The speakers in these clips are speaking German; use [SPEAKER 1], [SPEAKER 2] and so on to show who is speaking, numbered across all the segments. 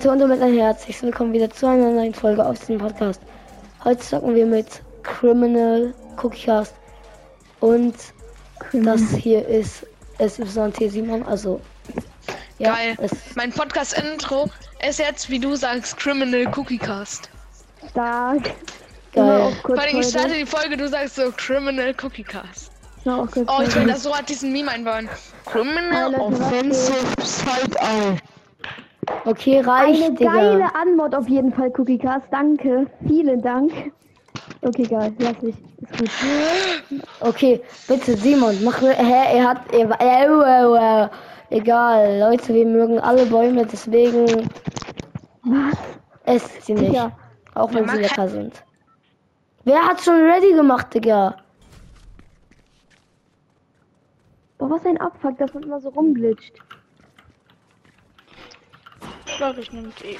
[SPEAKER 1] Zu und damit ein herzliches Willkommen wieder zu einer neuen Folge aus dem Podcast. Heute zocken wir mit Criminal Cookiecast und das hier ist SYT7, also ja,
[SPEAKER 2] Geil.
[SPEAKER 1] es
[SPEAKER 2] Mein Podcast-Intro ist jetzt, wie du sagst, Criminal Cookie Cast.
[SPEAKER 3] Stark. Nur
[SPEAKER 1] geil.
[SPEAKER 3] auch
[SPEAKER 2] Vor
[SPEAKER 3] kurz
[SPEAKER 2] allem, ich starte
[SPEAKER 3] heute.
[SPEAKER 2] die Folge, du sagst so Criminal Cookie Cast.
[SPEAKER 3] Nur auch kurz
[SPEAKER 2] Oh, ich will
[SPEAKER 3] heute.
[SPEAKER 2] das so hat diesen Meme einbauen. Criminal
[SPEAKER 3] Alter,
[SPEAKER 2] Offensive Side-Eye.
[SPEAKER 1] Okay, reicht,
[SPEAKER 3] Eine
[SPEAKER 1] Digga.
[SPEAKER 3] geile Anmod auf jeden Fall, Cookie Cast. Danke. Vielen Dank. Okay, geil. Lass mich. Ist gut.
[SPEAKER 1] Okay, bitte Simon, mach mir, hä, er hat, er, äh, äh, äh, egal, Leute, wir mögen alle Bäume, deswegen
[SPEAKER 3] Was?
[SPEAKER 1] esst sie nicht,
[SPEAKER 3] Ja.
[SPEAKER 1] auch wenn
[SPEAKER 2] Wir
[SPEAKER 1] sie
[SPEAKER 2] machen-
[SPEAKER 1] lecker sind. Wer hat schon ready gemacht, Digga?
[SPEAKER 3] Boah, was ein Abfuck, dass man immer so rumglitscht.
[SPEAKER 2] Ich nehmt
[SPEAKER 4] E.
[SPEAKER 2] eh.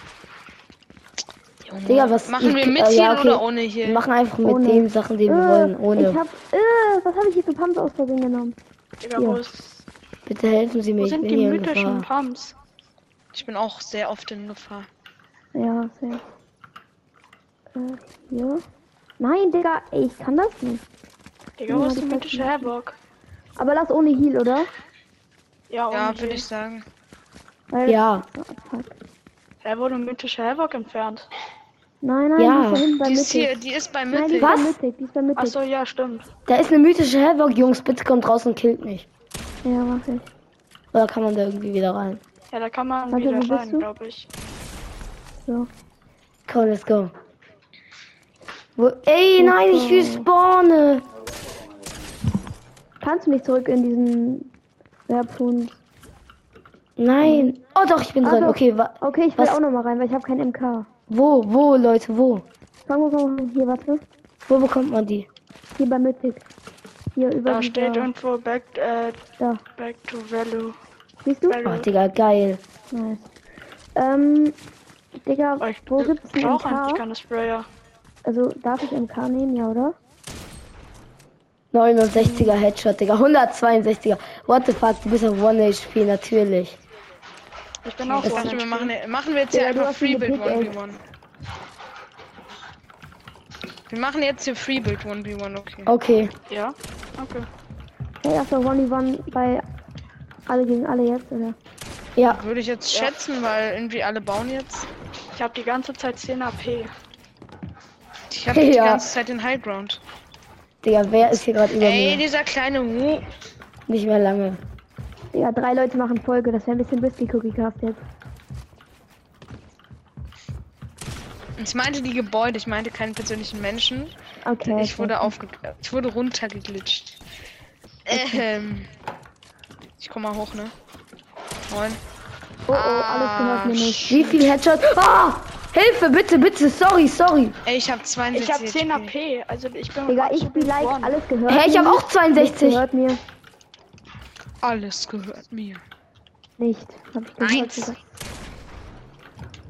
[SPEAKER 2] Junge,
[SPEAKER 1] Digga, was
[SPEAKER 2] Machen wir
[SPEAKER 1] ich-
[SPEAKER 2] mit
[SPEAKER 1] äh, ja,
[SPEAKER 2] hier
[SPEAKER 1] okay.
[SPEAKER 2] oder ohne
[SPEAKER 1] Wir
[SPEAKER 2] hier?
[SPEAKER 1] machen einfach mit
[SPEAKER 3] Ohne.
[SPEAKER 1] den Sachen, die wir
[SPEAKER 3] Äh,
[SPEAKER 1] wollen,
[SPEAKER 3] Ich
[SPEAKER 1] ohne.
[SPEAKER 3] hab, äh, was habe ich hier für Pumps aus Versehen genommen?
[SPEAKER 4] Digga,
[SPEAKER 3] Ja.
[SPEAKER 4] wo, ist,
[SPEAKER 1] Bitte helfen Sie mir,
[SPEAKER 4] wo
[SPEAKER 1] ich
[SPEAKER 4] sind
[SPEAKER 1] bin
[SPEAKER 4] die
[SPEAKER 1] hier in
[SPEAKER 4] mythischen
[SPEAKER 1] Gefahr.
[SPEAKER 4] Pumps?
[SPEAKER 2] Ich bin auch sehr oft in Gefahr.
[SPEAKER 3] Ja, sehr. Äh, hier. Nein, Digga, ey, ich kann das nicht.
[SPEAKER 4] Digga, wo
[SPEAKER 3] Ja,
[SPEAKER 4] ist die
[SPEAKER 3] das
[SPEAKER 4] mythische
[SPEAKER 3] weiß
[SPEAKER 4] Havoc?
[SPEAKER 3] Aber lass ohne Heal, oder?
[SPEAKER 4] Ja,
[SPEAKER 1] Oh,
[SPEAKER 4] und
[SPEAKER 2] Ja,
[SPEAKER 4] die-
[SPEAKER 2] würde ich sagen.
[SPEAKER 3] Weil-
[SPEAKER 1] Ja,
[SPEAKER 4] Da wurde mythische Havoc entfernt.
[SPEAKER 3] Nein, nein,
[SPEAKER 1] Ja.
[SPEAKER 3] die ist da hinten bei
[SPEAKER 2] Die ist
[SPEAKER 3] Mythic.
[SPEAKER 2] hier, die ist bei
[SPEAKER 3] Nein, die
[SPEAKER 2] Mittel.
[SPEAKER 3] ist bei
[SPEAKER 1] Was?
[SPEAKER 3] Mythic, die ist bei Mythic.
[SPEAKER 4] Achso, ja, stimmt.
[SPEAKER 1] da ist eine mythische Havoc, Jungs, bitte kommt raus und killt mich.
[SPEAKER 3] Ja, mach ich.
[SPEAKER 1] Oder kann man da irgendwie wieder rein?
[SPEAKER 4] Ja, da kann man
[SPEAKER 3] Warte, wo
[SPEAKER 4] wieder
[SPEAKER 3] bist
[SPEAKER 4] rein,
[SPEAKER 3] du?
[SPEAKER 4] glaube ich.
[SPEAKER 3] So.
[SPEAKER 1] Komm, let's go. Wo, ey, nein, ich spawne.
[SPEAKER 3] Kannst du mich zurück in diesen Werbhund?
[SPEAKER 1] Nein. Oh doch, ich bin drin.
[SPEAKER 3] Also-
[SPEAKER 1] Okay, wa
[SPEAKER 3] Okay, ich will
[SPEAKER 1] Was?
[SPEAKER 3] auch noch mal rein, weil ich habe kein MK.
[SPEAKER 1] wo, wo, Leute, wo?
[SPEAKER 3] Fangen wir mal hier, warte.
[SPEAKER 1] Wo bekommt man die?
[SPEAKER 3] Hier bei Mythic. Hier über
[SPEAKER 4] Da
[SPEAKER 3] dieser-
[SPEAKER 4] steht irgendwo back, äh,
[SPEAKER 3] Da.
[SPEAKER 4] back to Value.
[SPEAKER 3] Siehst du?
[SPEAKER 1] Oh,
[SPEAKER 4] Value.
[SPEAKER 1] Digga, geil.
[SPEAKER 3] Nice. Ähm, Digga,
[SPEAKER 4] Oh, ich
[SPEAKER 3] wo gibt's ein
[SPEAKER 4] brauche eigentlich
[SPEAKER 3] MK?
[SPEAKER 4] keine Sprayer.
[SPEAKER 3] Also, darf ich MK nehmen, ja, oder?
[SPEAKER 1] 69er Headshot, Digga. 162er. What the fuck, du bist auf 1 HP, natürlich.
[SPEAKER 4] Ich bin auch
[SPEAKER 2] Ich
[SPEAKER 4] so
[SPEAKER 2] dachte, wir
[SPEAKER 4] ein
[SPEAKER 2] machen, machen wir jetzt hier
[SPEAKER 3] Ja, du
[SPEAKER 2] einfach
[SPEAKER 3] hast diese
[SPEAKER 2] Freebuild
[SPEAKER 3] Pick, ey.
[SPEAKER 2] 1v1. Wir machen jetzt hier Freebuild 1v1, okay.
[SPEAKER 1] Okay.
[SPEAKER 4] Ja? Okay.
[SPEAKER 3] Hey, das ist doch 1v1 bei alle gegen alle jetzt, oder?
[SPEAKER 1] Ja,
[SPEAKER 2] Würde ich jetzt schätzen, weil irgendwie alle bauen jetzt.
[SPEAKER 4] Ich habe die ganze Zeit 10 AP.
[SPEAKER 2] Ich habe die
[SPEAKER 1] Ja.
[SPEAKER 2] ganze Zeit den Highground.
[SPEAKER 1] Digga, wer ist hier gerade über
[SPEAKER 2] Ey,
[SPEAKER 1] mir?
[SPEAKER 2] dieser kleine Hu.
[SPEAKER 1] Nicht mehr lange.
[SPEAKER 3] Ja, drei Leute machen Folge, das wäre ein bisschen risky Cookie Cast jetzt.
[SPEAKER 2] Ich meinte die Gebäude, ich meinte keinen persönlichen Menschen.
[SPEAKER 3] Okay.
[SPEAKER 2] Ich wurde aufge... Ich wurde runtergeglitscht. Ähm. Ich komm mal hoch, ne? Moin.
[SPEAKER 3] Oh, oh, alles gehört mir nicht.
[SPEAKER 1] Wie viel Headshot? Ah! Hilfe, bitte, bitte. Sorry, sorry.
[SPEAKER 2] Ey, ich habe 62
[SPEAKER 4] Ich habe 10
[SPEAKER 2] HP.
[SPEAKER 4] AP, also ich bin
[SPEAKER 3] Digga, ich
[SPEAKER 4] absolut
[SPEAKER 3] bin like,
[SPEAKER 4] one.
[SPEAKER 3] alles gehört.
[SPEAKER 1] Hä, ich
[SPEAKER 3] mir
[SPEAKER 1] habe auch
[SPEAKER 3] nicht. Nichts
[SPEAKER 1] 62.
[SPEAKER 3] gehört mir
[SPEAKER 2] Alles gehört mir.
[SPEAKER 3] nicht. Hab ich gehört
[SPEAKER 2] Eins.
[SPEAKER 3] gesagt.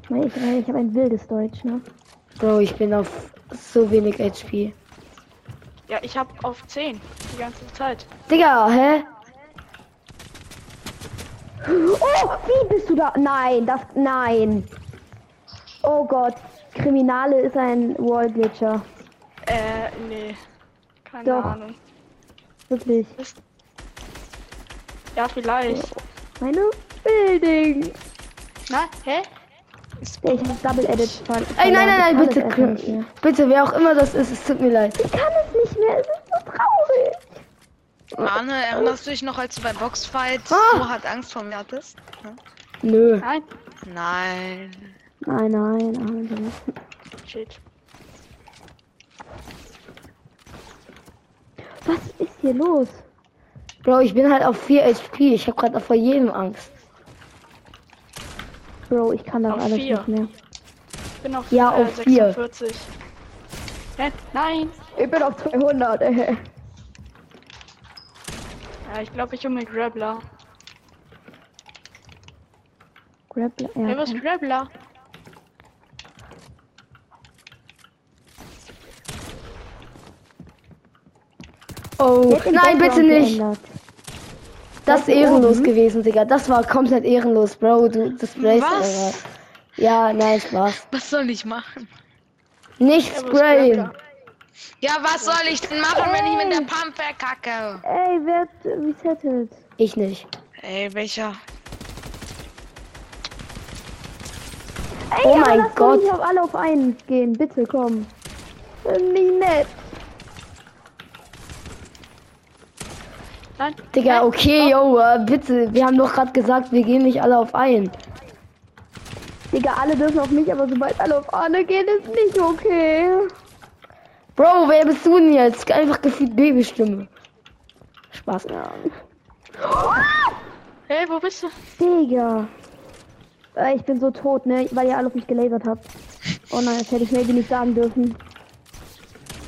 [SPEAKER 3] Nein, ich, nein, ich habe ein wildes Deutsch, ne?
[SPEAKER 1] Bro, ich bin auf so wenig HP.
[SPEAKER 4] Ja, ich habe auf 10 die ganze Zeit.
[SPEAKER 1] Digga, hä?
[SPEAKER 3] Oh, wie bist du da? Nein, das, nein. Oh Gott, Kriminale ist ein Wallglitcher.
[SPEAKER 4] Äh, nee. Keine
[SPEAKER 3] Doch.
[SPEAKER 4] Ahnung.
[SPEAKER 3] Wirklich.
[SPEAKER 4] Ja, vielleicht.
[SPEAKER 3] Meine Building.
[SPEAKER 4] Na, hä?
[SPEAKER 3] Ja, ich hab Double Edit. ver-
[SPEAKER 1] Ey, nein,
[SPEAKER 3] verloren.
[SPEAKER 1] nein, nein,
[SPEAKER 3] Ich
[SPEAKER 1] bitte.
[SPEAKER 3] kann es einfach nicht mehr.
[SPEAKER 1] Bitte, wer auch immer das ist, es tut mir leid.
[SPEAKER 3] Ich kann es nicht mehr, es ist so traurig.
[SPEAKER 2] Arne, erinnerst du dich noch, als du bei Boxfight so hart Angst vor mir hattest?
[SPEAKER 1] Nö.
[SPEAKER 4] Nein.
[SPEAKER 2] Nein.
[SPEAKER 3] Nein, nein, nein. nein.
[SPEAKER 4] Shit.
[SPEAKER 3] Was ist hier los?
[SPEAKER 1] Bro, ich bin halt auf 4 HP. Ich habe gerade vor jedem Angst.
[SPEAKER 3] Bro, ich kann doch
[SPEAKER 4] Auf
[SPEAKER 3] alles
[SPEAKER 4] vier.
[SPEAKER 3] nicht mehr.
[SPEAKER 4] Ich bin auf
[SPEAKER 1] Ja,
[SPEAKER 4] äh,
[SPEAKER 1] auf vier.
[SPEAKER 4] 46. Hä? Nein.
[SPEAKER 3] Ich bin auf 200, ey.
[SPEAKER 4] Ja, ich glaube, ich hole mir Grappler.
[SPEAKER 3] Grappler,
[SPEAKER 4] Ja,
[SPEAKER 3] ja.
[SPEAKER 4] was ist Grappler?
[SPEAKER 1] Oh,
[SPEAKER 3] Jetzt den
[SPEAKER 1] nein,
[SPEAKER 3] Background
[SPEAKER 1] bitte nicht.
[SPEAKER 3] geändert. Mhm.
[SPEAKER 1] Das ist ehrenlos gewesen, Digga. Das war komplett ehrenlos, Bro. Du, das Blaze,
[SPEAKER 2] Was?
[SPEAKER 1] Alter. Ja, nein, Spaß.
[SPEAKER 2] Was soll ich machen?
[SPEAKER 1] Nicht sprayen.
[SPEAKER 2] Ja, was soll ich denn machen, wenn ich mit der Pump verkacke?
[SPEAKER 3] Ey, wer hat resettet?
[SPEAKER 1] Ich nicht.
[SPEAKER 2] Ey, welcher?
[SPEAKER 3] Ey,
[SPEAKER 1] Oh
[SPEAKER 3] aber
[SPEAKER 1] mein
[SPEAKER 3] lass doch
[SPEAKER 1] Gott.
[SPEAKER 3] Nicht auf alle auf einen gehen, bitte komm. Äh, Nicht nett.
[SPEAKER 4] Nein.
[SPEAKER 1] Digga, okay, yo, äh, bitte. Wir haben doch gerade gesagt, wir gehen nicht alle auf einen.
[SPEAKER 3] Digga, alle dürfen auf mich, aber sobald alle auf Arne gehen, ist nicht okay.
[SPEAKER 1] Bro, wer bist du denn jetzt? Einfach gefühlt Babystimme. Spaß. Ja.
[SPEAKER 4] Hey, wo bist du?
[SPEAKER 3] Digga. Äh, Ich bin so tot, ne? Weil ihr alle auf mich gelasert habt. Oh nein, das hätte ich maybe nicht sagen dürfen.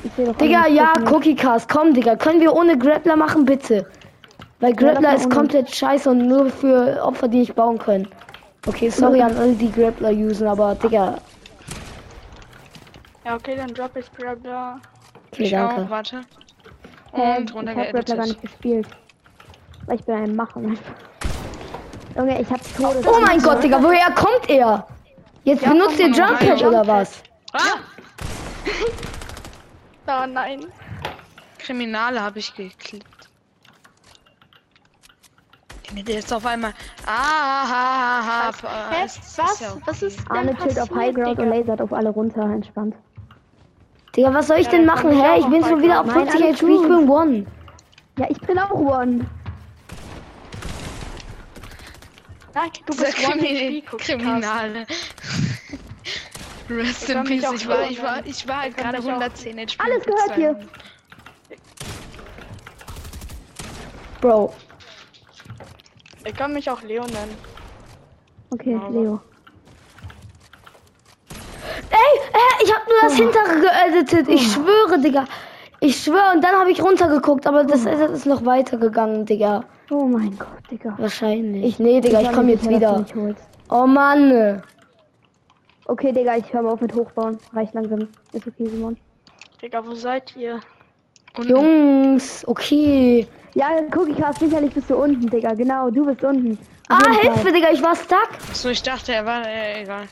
[SPEAKER 3] Ich seh doch
[SPEAKER 1] Digga,
[SPEAKER 3] alle nicht
[SPEAKER 1] ja,
[SPEAKER 3] gucken.
[SPEAKER 1] Cookie Cast, komm, Digga. Können wir ohne Grappler machen, bitte? Weil Grappler
[SPEAKER 3] lass mal
[SPEAKER 1] ist
[SPEAKER 3] ohne.
[SPEAKER 1] komplett scheiße und nur für Opfer, die nicht bauen können. Okay, sorry an alle, die Grappler usen, aber Digga.
[SPEAKER 4] Ja, okay, dann drop ich Grabler.
[SPEAKER 1] Okay,
[SPEAKER 2] Ich auch,
[SPEAKER 1] danke.
[SPEAKER 2] warte. Und
[SPEAKER 3] Hä, Ähm, ich hab Grappler gar
[SPEAKER 2] runtergeeditet.
[SPEAKER 3] nicht gespielt. Weil ich bin ein Macher. Junge, ich hab ne? Todes.
[SPEAKER 1] Oh mein Gott, Digga, woher kommt er? Jetzt benutzt ihr
[SPEAKER 2] komm, komm,
[SPEAKER 1] Jumppad
[SPEAKER 2] komm.
[SPEAKER 1] oder was?
[SPEAKER 2] Ah!
[SPEAKER 4] Oh nein.
[SPEAKER 2] Kriminale habe ich geklickt. Junge, Der ist auf einmal. Ah, ha, ha,
[SPEAKER 4] Was?
[SPEAKER 2] ha.
[SPEAKER 4] Hä?
[SPEAKER 2] es ist
[SPEAKER 4] Was?
[SPEAKER 2] ja okay.
[SPEAKER 4] Was ist denn
[SPEAKER 3] Arne chillt auf High Ground und
[SPEAKER 4] Digga?
[SPEAKER 3] lasert auf alle runter, entspannt.
[SPEAKER 1] Digga, was soll ich denn machen?
[SPEAKER 4] komm,
[SPEAKER 1] Hä,
[SPEAKER 4] schau
[SPEAKER 1] ich bin
[SPEAKER 4] mal,
[SPEAKER 1] schon wieder auf
[SPEAKER 3] Nein,
[SPEAKER 1] 50
[SPEAKER 3] alles
[SPEAKER 1] HP, ich
[SPEAKER 3] gut.
[SPEAKER 1] bin One.
[SPEAKER 3] Ja, ich bin auch One.
[SPEAKER 4] Nein, du
[SPEAKER 2] Dieser
[SPEAKER 4] bist one
[SPEAKER 2] Krimi
[SPEAKER 4] HP, guck,
[SPEAKER 2] Kriminale. Rest
[SPEAKER 4] Der
[SPEAKER 2] in
[SPEAKER 4] kann mich
[SPEAKER 2] peace.
[SPEAKER 4] auch
[SPEAKER 2] Ich war,
[SPEAKER 4] hören,
[SPEAKER 2] ich war,
[SPEAKER 4] Mann.
[SPEAKER 2] ich war halt
[SPEAKER 4] Der kann
[SPEAKER 2] gerade
[SPEAKER 4] mich auch-
[SPEAKER 2] 110 HP.
[SPEAKER 3] Alles
[SPEAKER 2] kurz
[SPEAKER 3] gehört hier.
[SPEAKER 2] sein.
[SPEAKER 1] Bro,
[SPEAKER 4] Carsten. Ich kann mich auch Leon nennen.
[SPEAKER 3] Okay, Leo.
[SPEAKER 1] Ey, äh, ich habe nur das hintere geeditet. Ich schwöre, Digga. Ich schwöre, und dann habe ich runtergeguckt, aber das Edit ist noch weitergegangen, Digga.
[SPEAKER 3] Oh mein Gott, Digga.
[SPEAKER 1] Wahrscheinlich. Ich, nee, Digga, ich
[SPEAKER 3] war
[SPEAKER 1] komme
[SPEAKER 3] mir
[SPEAKER 1] jetzt
[SPEAKER 3] sicher, dass du
[SPEAKER 1] wieder.
[SPEAKER 3] mich holst.
[SPEAKER 1] Oh Mann.
[SPEAKER 3] Okay, Digga, ich höre mal auf mit Hochbauen. Reicht langsam. Ist okay, Simon.
[SPEAKER 4] Digga, wo seid ihr?
[SPEAKER 2] Und
[SPEAKER 1] Jungs, okay.
[SPEAKER 3] Ja, guck, ich war sicherlich bist du unten, Digga. Genau, du bist unten. Auf
[SPEAKER 1] Ah,
[SPEAKER 3] jeden Fall.
[SPEAKER 1] Hilfe, Digga, ich war stuck.
[SPEAKER 2] so, ich dachte, er war äh, egal.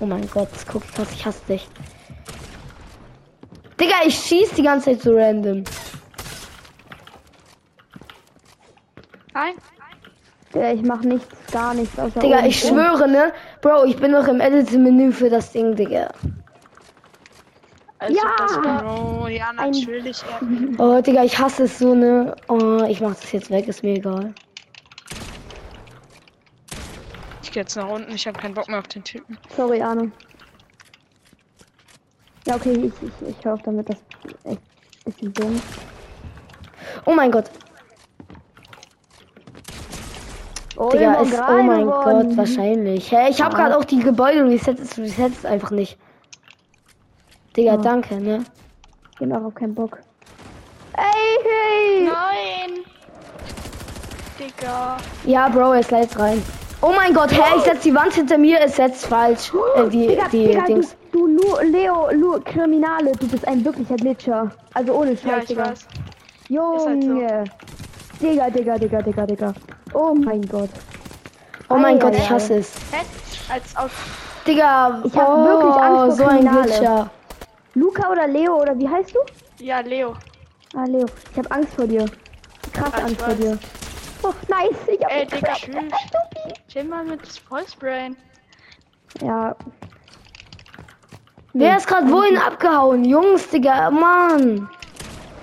[SPEAKER 1] Oh mein Gott, guck ich ich hasse dich. Digga, ich schieß die ganze Zeit so random.
[SPEAKER 4] Nein.
[SPEAKER 3] Digga, ich mach nichts, gar nichts außer.
[SPEAKER 1] Digga,
[SPEAKER 3] oben.
[SPEAKER 1] ich schwöre, ne? Bro, ich bin noch im Edit-Menü für das Ding, Digga.
[SPEAKER 4] Also
[SPEAKER 3] Ja!
[SPEAKER 4] Das war,
[SPEAKER 2] Bro, Oh, ja, natürlich. Er
[SPEAKER 1] Oh, Digga, ich hasse es so, ne? Oh, ich mach das jetzt weg, ist mir egal.
[SPEAKER 2] Ich geh jetzt nach unten, ich habe keinen Bock mehr auf den Typen.
[SPEAKER 3] Sorry, Arne. Ja, okay, ich, ich, ich hör auf damit, das ist echt ein bisschen dumm.
[SPEAKER 1] Oh mein Gott.
[SPEAKER 3] Oh,
[SPEAKER 1] Digga,
[SPEAKER 3] Leon
[SPEAKER 1] ist,
[SPEAKER 3] Gral
[SPEAKER 1] oh mein
[SPEAKER 3] geworden.
[SPEAKER 1] Gott, wahrscheinlich. Hä, ich habe gerade auch die Gebäude resettet, es resettet einfach nicht. Digga,
[SPEAKER 3] Ja.
[SPEAKER 1] danke, ne?
[SPEAKER 3] Ich bin auch auf keinen Bock. Ey, hey!
[SPEAKER 4] nein. Digga.
[SPEAKER 1] Ja, Bro, es lädt rein. Oh mein Gott, hä, ich setz die Wand hinter mir, es setzt falsch. Äh, die,
[SPEAKER 3] Digga,
[SPEAKER 1] die
[SPEAKER 3] Digga,
[SPEAKER 1] Dings.
[SPEAKER 3] Du, du Lu, Leo, Lu, Kriminale, du bist ein wirklicher Glitcher. Also ohne Scheiß,
[SPEAKER 4] Ja, ich
[SPEAKER 3] Digga.
[SPEAKER 4] weiß. halt so.
[SPEAKER 3] Junge. Digga, Digga, Digga, Digga, Digga. Oh mein Gott.
[SPEAKER 1] Oh mein
[SPEAKER 3] Ei,
[SPEAKER 1] Gott,
[SPEAKER 3] ei,
[SPEAKER 1] ich
[SPEAKER 3] ei.
[SPEAKER 1] hasse es.
[SPEAKER 4] Hä? Als auf.
[SPEAKER 1] Digga, oh,
[SPEAKER 3] Ich hab wirklich Angst vor
[SPEAKER 1] so ein
[SPEAKER 3] Kriminale.
[SPEAKER 1] Glitcher.
[SPEAKER 3] Luca oder Leo oder wie heißt du?
[SPEAKER 4] Ja, Leo.
[SPEAKER 3] Ah, Leo. Ich hab Angst vor dir. Krass
[SPEAKER 4] Ah, ich
[SPEAKER 3] Angst vor
[SPEAKER 4] weiß.
[SPEAKER 3] dir. Oh, nice. Ich hab
[SPEAKER 4] Ey,
[SPEAKER 3] mich
[SPEAKER 4] Digga,
[SPEAKER 3] gekrabbt.
[SPEAKER 4] tschüss. Chill mal mit Vollsbrain.
[SPEAKER 3] Ja.
[SPEAKER 1] Wer ist gerade wohin abgehauen? Jungs, Digga, Mann.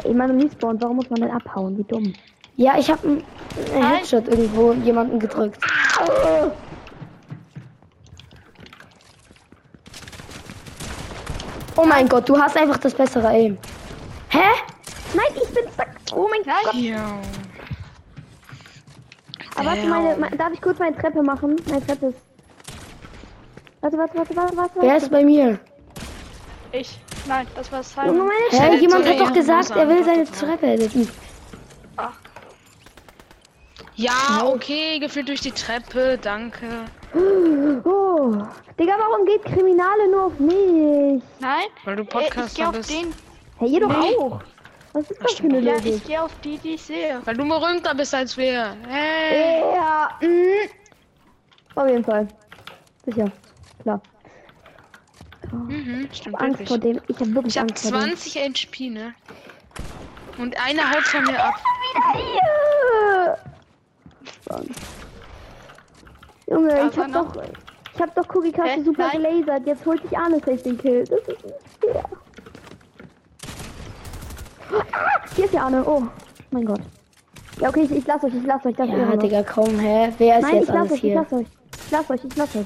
[SPEAKER 3] Ich meine, Respawn, warum muss man denn abhauen? Wie dumm.
[SPEAKER 1] Ja, ich hab einen Headshot irgendwo jemanden gedrückt. Oh mein Gott, du hast einfach das bessere Aim. Hä?
[SPEAKER 3] Nein, ich bin stuck. Oh mein Gott.
[SPEAKER 2] Ja.
[SPEAKER 3] Aber warte, meine, me- darf ich kurz meine Treppe machen? Meine Treppe ist. Warte, warte, warte, warte, warte.
[SPEAKER 1] Wer
[SPEAKER 3] warte.
[SPEAKER 1] ist bei mir?
[SPEAKER 4] Ich. Nein, das war
[SPEAKER 3] Junge,
[SPEAKER 4] Simon.
[SPEAKER 3] meine
[SPEAKER 1] Hä,
[SPEAKER 2] hätte
[SPEAKER 1] jemand
[SPEAKER 2] sogar
[SPEAKER 1] hat doch
[SPEAKER 2] ihren
[SPEAKER 1] gesagt,
[SPEAKER 2] Hose
[SPEAKER 1] er will
[SPEAKER 2] an,
[SPEAKER 1] seine
[SPEAKER 2] warte mal.
[SPEAKER 1] Treppe editen.
[SPEAKER 2] Ja, okay, gefühlt durch die Treppe, danke.
[SPEAKER 3] Oh. Digga, warum geht Kriminale nur auf mich?
[SPEAKER 4] Nein.
[SPEAKER 2] Weil du
[SPEAKER 4] Ey, ich
[SPEAKER 3] Äh,
[SPEAKER 2] Podcaster
[SPEAKER 4] geh auf
[SPEAKER 2] bist.
[SPEAKER 4] den.
[SPEAKER 3] Hey, ihr doch
[SPEAKER 4] Nee.
[SPEAKER 3] auch. Was Was ist das für eine
[SPEAKER 4] Ja,
[SPEAKER 3] Logik?
[SPEAKER 4] ich gehe auf die, die ich sehe.
[SPEAKER 2] Weil du berühmter bist als wir.
[SPEAKER 3] Äh.
[SPEAKER 2] Hey.
[SPEAKER 3] Ja, mm. Auf jeden Fall. Sicher. Klar.
[SPEAKER 2] Mhm, stimmt
[SPEAKER 3] Angst vor
[SPEAKER 2] wirklich.
[SPEAKER 3] dem. Ich habe wirklich
[SPEAKER 2] Ich hab
[SPEAKER 3] Angst vor dem.
[SPEAKER 2] 20 HP, ne? Und einer haut von mir ab.
[SPEAKER 3] Ja. Junge,
[SPEAKER 4] Da
[SPEAKER 3] ich
[SPEAKER 4] war
[SPEAKER 3] hab
[SPEAKER 4] noch-
[SPEAKER 3] doch. Ich hab doch Cookie Kasse
[SPEAKER 4] Hä?
[SPEAKER 3] super
[SPEAKER 4] Nein.
[SPEAKER 3] gelasert. Jetzt holt sich Arne safe den Kill. Das ist nicht fair. Ah, hier ist ja Arne. Oh, mein Gott. Ja, okay, ich, ich lass euch, ich lass euch. Das ist
[SPEAKER 1] Ja,
[SPEAKER 3] irre noch.
[SPEAKER 1] Digga, komm, hä? Wer ist
[SPEAKER 3] Nein, ich
[SPEAKER 1] jetzt
[SPEAKER 3] lass
[SPEAKER 1] alles
[SPEAKER 3] euch, ich
[SPEAKER 1] hier?
[SPEAKER 3] lass euch. Ich lass euch, ich lass euch.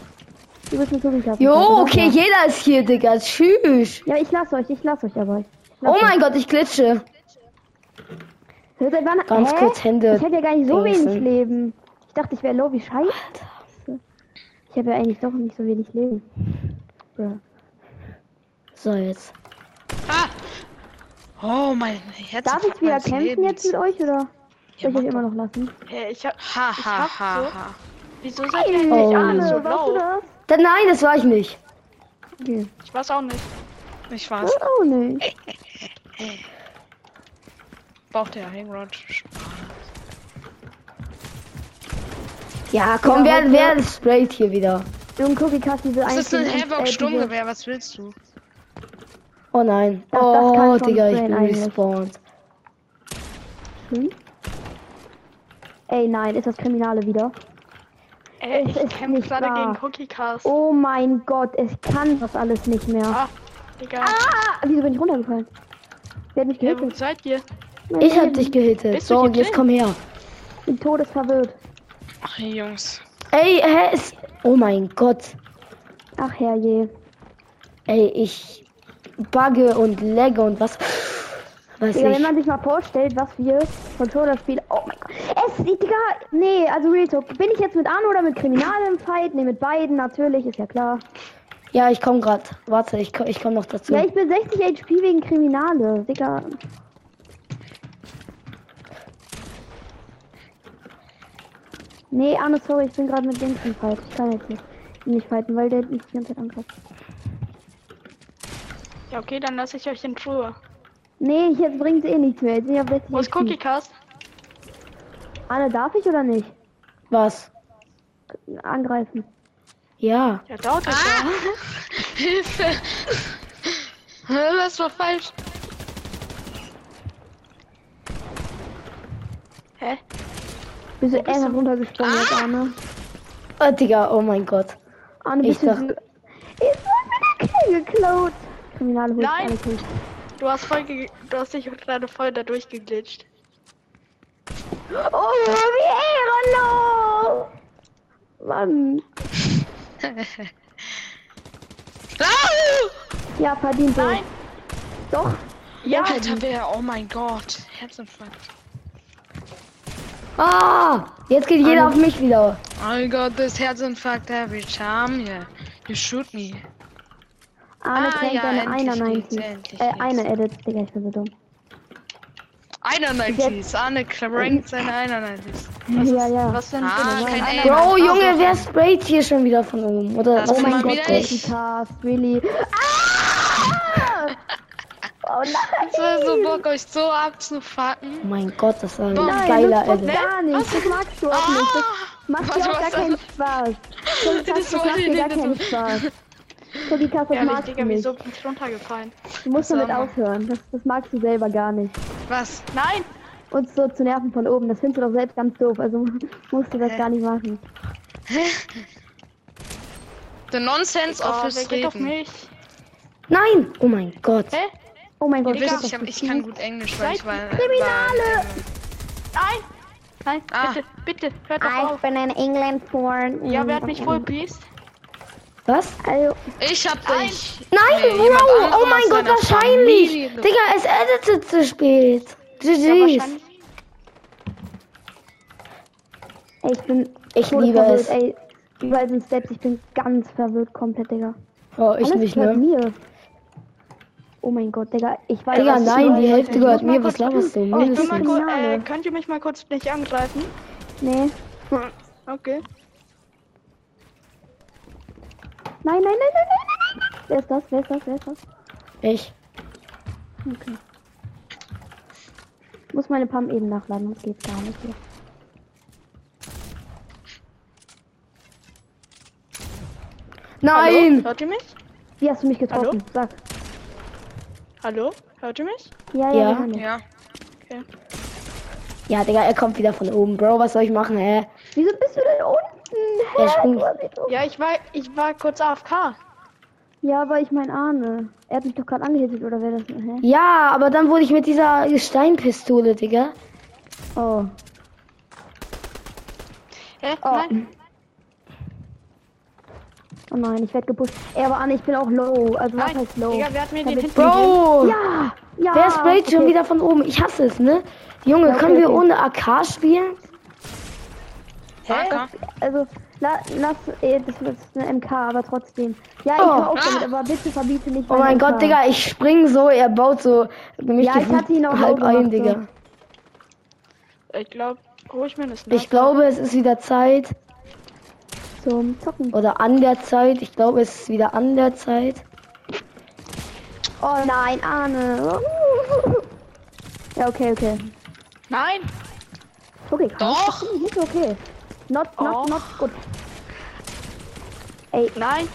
[SPEAKER 3] Du bist mit Cookie Kasse.
[SPEAKER 1] Jo,
[SPEAKER 3] Lass
[SPEAKER 1] okay,
[SPEAKER 3] mal.
[SPEAKER 1] jeder ist hier, Digga. Tschüss.
[SPEAKER 3] Ja, ich lass euch, ich lass euch aber. Ich lass
[SPEAKER 1] Oh mein Gott, ich glitsche.
[SPEAKER 3] euch. Hört ihr, wann-
[SPEAKER 1] Ganz
[SPEAKER 3] Hä?
[SPEAKER 1] kurz Hände.
[SPEAKER 3] Ich hätte ja gar nicht so
[SPEAKER 1] Dingsen.
[SPEAKER 3] wenig Leben. Ich dachte, ich wäre low wie Scheiße. Ich habe ja eigentlich doch nicht so wenig Leben. Ja.
[SPEAKER 1] So, jetzt.
[SPEAKER 2] Ah! Oh, mein Herz.
[SPEAKER 3] Darf ich wieder kämpfen jetzt mit euch oder soll ich euch immer noch lassen?
[SPEAKER 4] Hä, ich hab.
[SPEAKER 2] Ha,
[SPEAKER 4] Ich
[SPEAKER 2] ha,
[SPEAKER 4] hab
[SPEAKER 2] ha,
[SPEAKER 4] so-
[SPEAKER 2] ha.
[SPEAKER 4] Wieso seid ihr
[SPEAKER 1] Oh.
[SPEAKER 4] Halt nicht alle so
[SPEAKER 3] Arne, warst du
[SPEAKER 4] low?
[SPEAKER 3] das?
[SPEAKER 1] Da, nein, das war ich nicht.
[SPEAKER 3] Okay.
[SPEAKER 4] Ich weiß auch nicht.
[SPEAKER 2] Ich war's.
[SPEAKER 3] Das auch nicht.
[SPEAKER 2] Braucht der Hangrod.
[SPEAKER 1] Ja, komm,
[SPEAKER 3] Ja,
[SPEAKER 1] wer, wer sprayt hier wieder?
[SPEAKER 3] Irgendein Cookie Cast diese
[SPEAKER 2] Das ist ein
[SPEAKER 3] einzelnen- äh,
[SPEAKER 2] Havoc
[SPEAKER 3] diese-
[SPEAKER 2] Sturmgewehr, was willst du?
[SPEAKER 1] Oh nein.
[SPEAKER 3] Das- das kann
[SPEAKER 1] oh,
[SPEAKER 3] schon
[SPEAKER 1] Digga, ich
[SPEAKER 3] sprayen
[SPEAKER 1] bin
[SPEAKER 3] eigentlich.
[SPEAKER 1] respawned.
[SPEAKER 3] Hm? Ey nein, ist das Kriminale wieder?
[SPEAKER 4] Ey,
[SPEAKER 3] Es
[SPEAKER 4] Äh, ich
[SPEAKER 3] ist
[SPEAKER 4] kämpfe
[SPEAKER 3] nicht
[SPEAKER 4] gerade
[SPEAKER 3] wahr.
[SPEAKER 4] gegen Cookie Cast.
[SPEAKER 3] Oh mein Gott, es kann das alles nicht mehr.
[SPEAKER 4] Ah, Digga.
[SPEAKER 3] Ah, wieso bin ich runtergefallen? Wer hat mich
[SPEAKER 4] Hey, wo
[SPEAKER 3] gehittet?
[SPEAKER 4] seid ihr?
[SPEAKER 3] Mein
[SPEAKER 1] Ähm, Ich hab
[SPEAKER 3] Leben.
[SPEAKER 1] dich gehittet.
[SPEAKER 4] Bist du
[SPEAKER 1] So,
[SPEAKER 4] hier
[SPEAKER 1] und jetzt
[SPEAKER 4] drin?
[SPEAKER 1] komm her.
[SPEAKER 3] Ich bin todesverwirrt.
[SPEAKER 2] Ach, ihr Jungs.
[SPEAKER 1] Ey, hä? Ist... Oh mein Gott.
[SPEAKER 3] Ach herrje.
[SPEAKER 1] Ey, ich bugge und lagge und was. Weiß
[SPEAKER 3] Digga, wenn
[SPEAKER 1] ich.
[SPEAKER 3] man sich mal vorstellt, was wir Controller-Spiel. Oh mein Gott. Es, Digga, nee, also Real Talk. Bin ich jetzt mit Arno oder mit Kriminalen im Fight? Nee, mit beiden natürlich, ist ja klar.
[SPEAKER 1] Ja, ich komm grad. Warte, ich komm, ich komm noch dazu.
[SPEAKER 3] Ja, ich bin 60 HP wegen Kriminale, Digga. Nee, Arno, sorry, ich bin gerade mit dem im Fight. Ich kann jetzt nicht, nicht fighten, weil der mich die ganze Zeit angreift.
[SPEAKER 4] Ja, okay, dann lasse ich euch in Ruhe.
[SPEAKER 3] Nee, jetzt bringt eh nichts mehr. Jetzt bin ich auf 60
[SPEAKER 4] Wo ist
[SPEAKER 3] HP.
[SPEAKER 4] Cookie Cast?
[SPEAKER 3] Arno, darf ich oder nicht?
[SPEAKER 1] Was?
[SPEAKER 3] Angreifen.
[SPEAKER 1] Ja.
[SPEAKER 4] Ja, dauert das
[SPEAKER 2] Ah!
[SPEAKER 4] ja.
[SPEAKER 2] Hilfe! Hä, Das war falsch.
[SPEAKER 4] Hä?
[SPEAKER 3] Bist du ernsthaft runtergesprungen,
[SPEAKER 4] Ah!
[SPEAKER 3] jetzt, Arno?
[SPEAKER 1] Oh, Digga, oh mein Gott.
[SPEAKER 3] Arne,
[SPEAKER 1] Ich
[SPEAKER 3] bitte.
[SPEAKER 1] dachte-
[SPEAKER 3] Ich wurde mir der Kill geklaut. Kriminale holt
[SPEAKER 4] Nein.
[SPEAKER 3] alle Kills.
[SPEAKER 4] Du hast voll ge du hast dich gerade voll da durchgeglitscht.
[SPEAKER 3] Oh, wie ehrenlos! Mann.
[SPEAKER 2] Au!
[SPEAKER 3] Ja, verdient so.
[SPEAKER 4] Nein.
[SPEAKER 3] Doch.
[SPEAKER 2] Ja,
[SPEAKER 4] Ja,
[SPEAKER 2] Alter, wer? Oh mein Gott. Herzinfarkt.
[SPEAKER 1] Ah, jetzt geht jeder auf mich wieder.
[SPEAKER 2] I got this Herzinfarkt every time, yeah. You shoot me.
[SPEAKER 3] Arne
[SPEAKER 2] Ah,
[SPEAKER 3] kränkt
[SPEAKER 2] ja,
[SPEAKER 3] seine
[SPEAKER 2] endlich
[SPEAKER 3] einer
[SPEAKER 2] geht's,
[SPEAKER 3] 90.
[SPEAKER 2] endlich
[SPEAKER 3] Äh,
[SPEAKER 2] geht's.
[SPEAKER 3] eine Edit. Digga, ich bin so dumm.
[SPEAKER 2] Einer 90s. Arne rankt seine einer 90s.
[SPEAKER 3] ja, ja.
[SPEAKER 4] was denn für
[SPEAKER 2] Ah,
[SPEAKER 4] eine
[SPEAKER 2] kein Aim.
[SPEAKER 1] Bro, Junge, wer sprayt hier schon wieder von oben? Oder
[SPEAKER 2] Das
[SPEAKER 1] oh
[SPEAKER 2] bin
[SPEAKER 1] mein
[SPEAKER 2] mal
[SPEAKER 1] Gott,
[SPEAKER 2] wieder
[SPEAKER 1] ey.
[SPEAKER 2] ich.
[SPEAKER 3] Cast, really. Ah! Oh nein.
[SPEAKER 2] Ich hab so Bock, euch so abzufacken.
[SPEAKER 1] oh mein Gott, das war ein
[SPEAKER 2] Nein,
[SPEAKER 1] geiler
[SPEAKER 3] das
[SPEAKER 1] Edit.
[SPEAKER 3] gar nicht. Das magst du auch nicht. Das macht dir
[SPEAKER 2] Was
[SPEAKER 3] auch gar
[SPEAKER 2] war's
[SPEAKER 3] keinen Spaß. Das,
[SPEAKER 2] Das
[SPEAKER 3] das, das
[SPEAKER 2] wollte
[SPEAKER 3] macht
[SPEAKER 2] ich
[SPEAKER 3] dir gar
[SPEAKER 2] nicht.
[SPEAKER 3] keinen Spaß. Cookie Cast, das
[SPEAKER 4] Ehrlich,
[SPEAKER 3] magst
[SPEAKER 4] Digga,
[SPEAKER 3] du nicht.
[SPEAKER 4] wieso bin ich runtergefallen?
[SPEAKER 3] Du musst damit
[SPEAKER 2] Sommer.
[SPEAKER 3] aufhören. Das, das magst du selber gar nicht.
[SPEAKER 2] Was?
[SPEAKER 4] Nein!
[SPEAKER 3] Uns so zu nerven von oben, das findest du doch selbst ganz doof. Also musst du das gar nicht machen.
[SPEAKER 2] The Nonsense
[SPEAKER 4] Oh,
[SPEAKER 2] Office
[SPEAKER 4] wer geht auf
[SPEAKER 2] reden.
[SPEAKER 4] mich?
[SPEAKER 1] Nein, oh mein Gott.
[SPEAKER 4] Hä?
[SPEAKER 3] Oh mein Gott,
[SPEAKER 2] Ihr
[SPEAKER 3] das
[SPEAKER 2] wisst,
[SPEAKER 3] ist
[SPEAKER 2] ich,
[SPEAKER 3] doch
[SPEAKER 2] hab, ich
[SPEAKER 3] so
[SPEAKER 2] kann
[SPEAKER 3] fies.
[SPEAKER 2] gut Englisch, weil ich war.
[SPEAKER 3] Kriminale!
[SPEAKER 4] Nein! Nein,
[SPEAKER 2] Ah.
[SPEAKER 4] bitte, bitte, hört doch
[SPEAKER 3] Ich
[SPEAKER 4] auf.
[SPEAKER 3] bin in England born.
[SPEAKER 4] Ja, wer hat mich voll peace?
[SPEAKER 1] Was?
[SPEAKER 3] Also,
[SPEAKER 2] War, ich hab
[SPEAKER 4] Nein.
[SPEAKER 2] dich.
[SPEAKER 1] Nein,
[SPEAKER 2] Nee, jemand
[SPEAKER 1] Bro, oh
[SPEAKER 2] anderes
[SPEAKER 1] mein Gott,
[SPEAKER 2] seiner
[SPEAKER 1] wahrscheinlich.
[SPEAKER 2] Familie ge-
[SPEAKER 1] Digga, es editet zu spät.
[SPEAKER 4] Ja,
[SPEAKER 1] GG's.
[SPEAKER 4] wahrscheinlich.
[SPEAKER 3] ey, ich bin.
[SPEAKER 1] Ich
[SPEAKER 3] total
[SPEAKER 1] liebe
[SPEAKER 3] verwirrt,
[SPEAKER 1] es.
[SPEAKER 3] Ey, überall sind Steps, ich bin ganz verwirrt, komplett, Digga.
[SPEAKER 1] oh, ich
[SPEAKER 3] Alles
[SPEAKER 1] nicht,
[SPEAKER 3] gehört
[SPEAKER 1] ne?
[SPEAKER 3] mir. Oh mein Gott, Digga, ich weiß
[SPEAKER 1] Digga,
[SPEAKER 3] was ich
[SPEAKER 1] nein, die
[SPEAKER 3] weiß.
[SPEAKER 1] Hälfte
[SPEAKER 3] Ich
[SPEAKER 1] gehört
[SPEAKER 3] muss mal
[SPEAKER 1] mir. Was
[SPEAKER 3] kurz-
[SPEAKER 1] laberst du?
[SPEAKER 3] Oh, ich bin
[SPEAKER 4] Könnt ihr
[SPEAKER 3] mal
[SPEAKER 4] mal kurz- äh,
[SPEAKER 3] kurz.
[SPEAKER 4] Könnt ihr mich mal kurz nicht angreifen?
[SPEAKER 3] Nee. Hm.
[SPEAKER 4] Okay.
[SPEAKER 3] Nein, nein, nein, nein, nein, nein, nein. Wer ist das? Wer ist das? Wer ist das?
[SPEAKER 1] Ich.
[SPEAKER 3] Okay. Ich muss meine Pam eben nachladen, das geht gar nicht. Hier.
[SPEAKER 1] Nein!
[SPEAKER 4] Hallo? Hört ihr mich?
[SPEAKER 3] Wie hast du mich getroffen?
[SPEAKER 4] Hallo?
[SPEAKER 3] Sag.
[SPEAKER 4] Hallo? Hört ihr mich?
[SPEAKER 3] Ja,
[SPEAKER 1] Ja.
[SPEAKER 3] ja, wir hören dich.
[SPEAKER 2] Ja.
[SPEAKER 1] Ja, Digga, er kommt wieder von oben. Bro, was soll ich machen, hä?
[SPEAKER 3] Wieso bist du denn unten? Hä?
[SPEAKER 1] Er springt.
[SPEAKER 4] Ja, ich war, ich war kurz AFK.
[SPEAKER 3] Ja, aber ich mein Arne. Er hat mich doch gerade angehittet, oder wer das? Hä?
[SPEAKER 1] Ja, aber dann wurde ich mit dieser Steinpistole, Digga.
[SPEAKER 3] Oh.
[SPEAKER 4] Hä?
[SPEAKER 3] Oh.
[SPEAKER 4] Nein?
[SPEAKER 3] Oh nein, ich werd gepusht. Ey, aber Anne, ich bin auch low. Also was
[SPEAKER 4] Nein.
[SPEAKER 3] heißt low?
[SPEAKER 4] Digga, wer hat mir den
[SPEAKER 3] Damit-
[SPEAKER 4] Hit gegeben?
[SPEAKER 1] Bro!
[SPEAKER 3] Ja! Ja!
[SPEAKER 1] Wer sprayt schon
[SPEAKER 3] Ah, okay.
[SPEAKER 1] wieder von oben? Ich hasse es, ne? Junge,
[SPEAKER 3] Ja, okay,
[SPEAKER 1] können wir
[SPEAKER 3] okay.
[SPEAKER 1] ohne AK spielen?
[SPEAKER 2] Marker.
[SPEAKER 3] Also, la, lass, ey, das ist eine MK, aber trotzdem. Ja, ich
[SPEAKER 1] Oh.
[SPEAKER 3] hör auf damit,
[SPEAKER 2] Ah.
[SPEAKER 3] aber bitte verbiete nicht
[SPEAKER 1] Oh
[SPEAKER 3] meine
[SPEAKER 1] mein
[SPEAKER 3] MK.
[SPEAKER 1] Gott, Digga, ich spring so, er baut so. Mich
[SPEAKER 3] Ja, ich
[SPEAKER 1] gefühlt
[SPEAKER 3] hatte ihn auch
[SPEAKER 1] halb
[SPEAKER 3] low gemacht,
[SPEAKER 1] ein, Digga.
[SPEAKER 3] so.
[SPEAKER 4] Ich glaube, ruhig mir das
[SPEAKER 1] Ich glaube, es ist wieder Zeit.
[SPEAKER 3] Zum Zocken.
[SPEAKER 1] Oder an der Zeit. Ich glaube, es ist wieder an der Zeit.
[SPEAKER 3] Oh nein, Arne. ja, okay, okay.
[SPEAKER 4] Nein!
[SPEAKER 3] Okay, krass.
[SPEAKER 2] Doch.
[SPEAKER 3] Ist okay. Not, not,
[SPEAKER 4] Och.
[SPEAKER 3] not good. Ey,
[SPEAKER 4] Nein!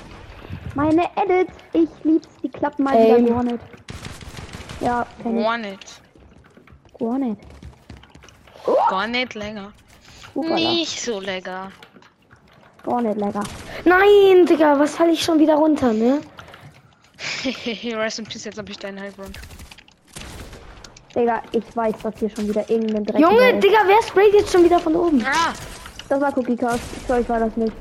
[SPEAKER 3] meine Edits. Ich lieb's. Die klappen mal
[SPEAKER 1] Ey.
[SPEAKER 3] wieder geordnet. Ja, kenn ich.
[SPEAKER 2] Gar nicht.
[SPEAKER 3] Geordnet.
[SPEAKER 2] Gar nicht länger.
[SPEAKER 3] Super, nee.
[SPEAKER 2] Nicht so lecker.
[SPEAKER 3] Geordnet, lecker.
[SPEAKER 1] Nein, Digga, was falle ich schon wieder runter, ne?
[SPEAKER 2] Rest in Peace, jetzt hab ich deinen Heilbrand.
[SPEAKER 3] Digga, ich weiß, dass hier schon wieder irgendein Dreck
[SPEAKER 1] Junge,
[SPEAKER 3] dabei ist.
[SPEAKER 1] Digga, wer sprayt jetzt schon wieder von oben?
[SPEAKER 2] Ah!
[SPEAKER 3] Das war Cookie Cast. Ich glaube, ich war das nicht.